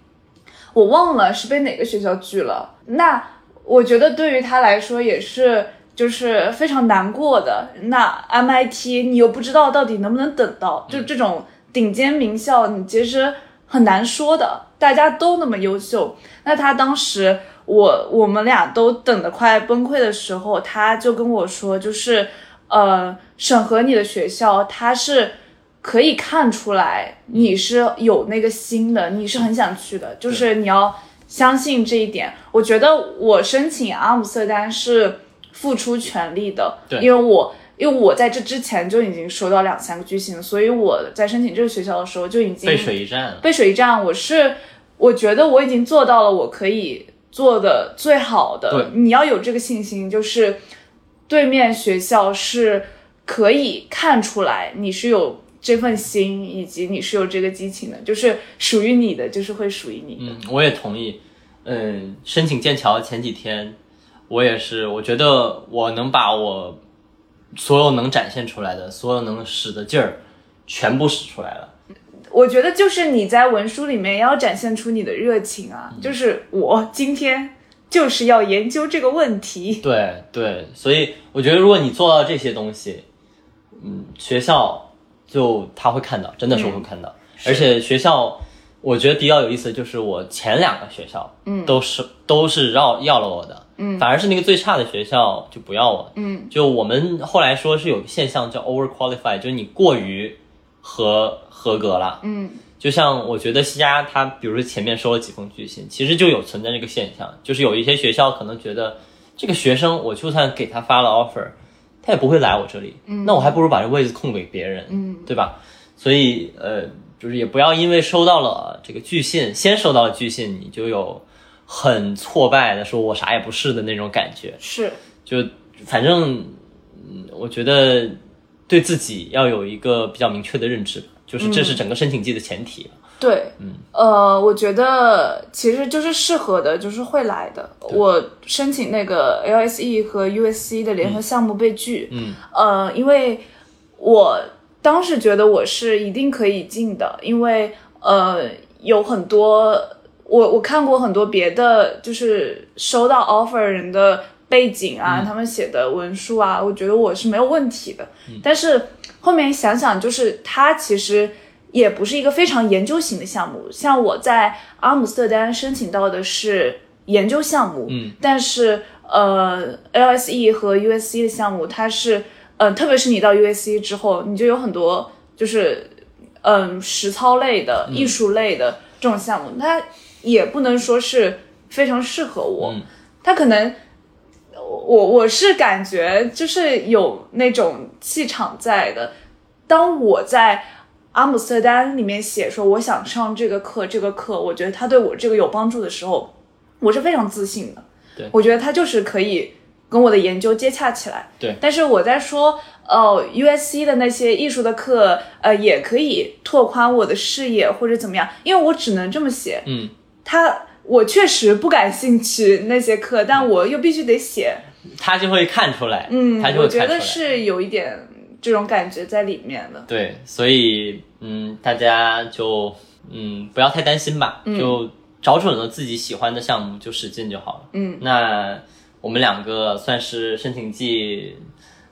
S2: 我忘了是被哪个学校拒了。那我觉得对于他来说也是就是非常难过的。那 MIT 你又不知道到底能不能等到，就这种顶尖名校，你其实很难说的。大家都那么优秀，那他当时我我们俩都等得快崩溃的时候，他就跟我说，就是呃，审核你的学校，他是。可以看出来你是有那个心的，你是很想去的，就是你要相信这一点。我觉得我申请阿姆斯特丹是付出全力的，
S1: 对
S2: 因为我因为我在这之前就已经收到两三个拒信，所以我在申请这个学校的时候就已经
S1: 背水一战啊了。
S2: 背水一战，我是我觉得我已经做到了我可以做的最好的。
S1: 对
S2: 你要有这个信心，就是对面学校是可以看出来你是有这份心，以及你是有这个激情的，就是属于你的，就是会属于你的。
S1: 嗯，我也同意。嗯，申请剑桥前几天，我也是，我觉得我能把我所有能展现出来的、所有能使的劲儿，全部使出来了。
S2: 我觉得就是你在文书里面也要展现出你的热情
S1: 嗯
S2: 啊，就是我今天就是要研究这个问题。
S1: 对对，所以我觉得如果你做到这些东西，嗯，学校就他会看到，真嗯的是会看到。而且学校，我觉得比较有意思的就是我前两个学校，嗯，都是都是要要了我的，嗯，反而是那个最差的学校就不要我，
S2: 嗯，
S1: 就我们后来说是有个现象叫 over qualified，就是你过于合合格了，
S2: 嗯，
S1: 就像我觉得西加他，比如说前面收了几封拒信，其实就有存在这个现象，就是有一些学校可能觉得这个学生，我就算给他发了 offer，他也不会来我这里，嗯，那我还不如把这位置空给别人，嗯，对吧？所以呃，就是也不要因为收到了这个拒信，先收到了拒信，你就有很挫败的说我啥也不是的那种感觉，
S2: 是，
S1: 就反正，嗯，我觉得对自己要有一个比较明确的认知，就是这
S2: 嗯
S1: 是整个申请季的前提。
S2: 对，
S1: 嗯，
S2: 呃，我觉得其实就是适合的，就是会来的。我申请那个 LSE 和 USC 的联合项目被拒，
S1: 嗯，
S2: 呃，因为我当时觉得我是一定可以进的，因为呃，有很多我我看过很多别的，就是收到 offer 人的背景啊，
S1: 嗯
S2: 他们写的文书啊，我觉得我是没有问题的。
S1: 嗯
S2: 但是后面想想，就是它其实。也不是一个非常研究型的项目，像我在阿姆斯特丹申请到的是研究项目，
S1: 嗯，
S2: 但是呃，LSE 和 USC 的项目，它是呃，特别是你到 USC 之后，你就有很多就是嗯、实操类的、
S1: 嗯
S2: 艺术类的这种项目，它也不能说是非常适合我，
S1: 嗯
S2: 它可能。我我是感觉就是有那种气场在的。当我在阿姆斯特丹里面写说我想上这个课，这个课我觉得它对我这个有帮助的时候，我是非常自信的。
S1: 对
S2: 我觉得它就是可以跟我的研究接洽起来。
S1: 对
S2: 但是我在说哦，USC 的那些艺术的课，呃，也可以拓宽我的视野或者怎么样，因为我只能这么写。
S1: 嗯，
S2: 它我确实不感兴趣那些课，但我又必须得写。
S1: 他就会看出来，
S2: 嗯，
S1: 他就
S2: 我
S1: 会
S2: 觉
S1: 看出
S2: 得
S1: 来。
S2: 是有一点这种感觉在里面的。
S1: 对，所以嗯，大家就嗯不要太担心吧，
S2: 嗯
S1: 就找准了自己喜欢的项目就使劲就好了。
S2: 嗯，
S1: 那我们两个算是申请季，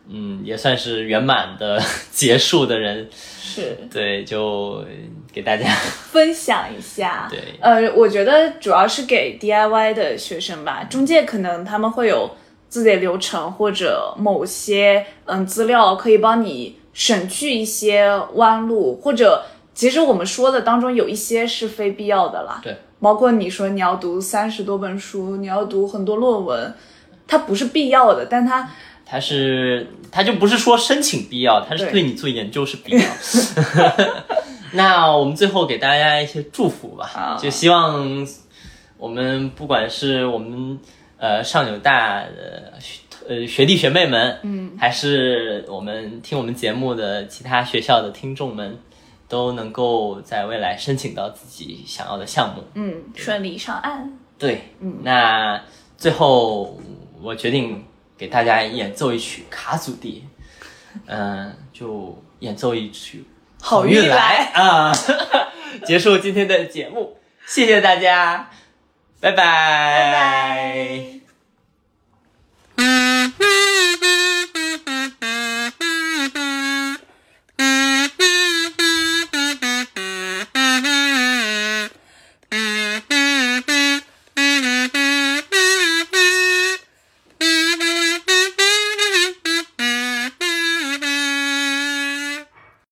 S1: 嗯，也算是圆满的 结束的人。
S2: 是
S1: 对，就给大家
S2: 分享一下。
S1: 对
S2: 呃，我觉得主要是给 DIY 的学生吧，中介可能他们会有自己的流程或者某些嗯资料可以帮你省去一些弯路，或者其实我们说的当中有一些是非必要的啦。
S1: 对，
S2: 包括你说你要读三十多本书，你要读很多论文，它不是必要的，但它
S1: 它是它就不是说申请必要，它是
S2: 对
S1: 对你做研究是必要。 那我们最后给大家一些祝福吧
S2: 啊，
S1: 就希望我们不管是我们呃上纽大的学呃学弟学妹们，嗯，还是我们听我们节目的其他学校的听众们，都能够在未来申请到自己想要的项目。
S2: 嗯顺利上岸。
S1: 对，
S2: 嗯
S1: 那最后我决定给大家演奏一曲卡祖 笛，嗯、就演奏一曲《
S2: 好运来
S1: 啊， 结束今天的节目，谢谢大家，拜拜
S2: 拜拜。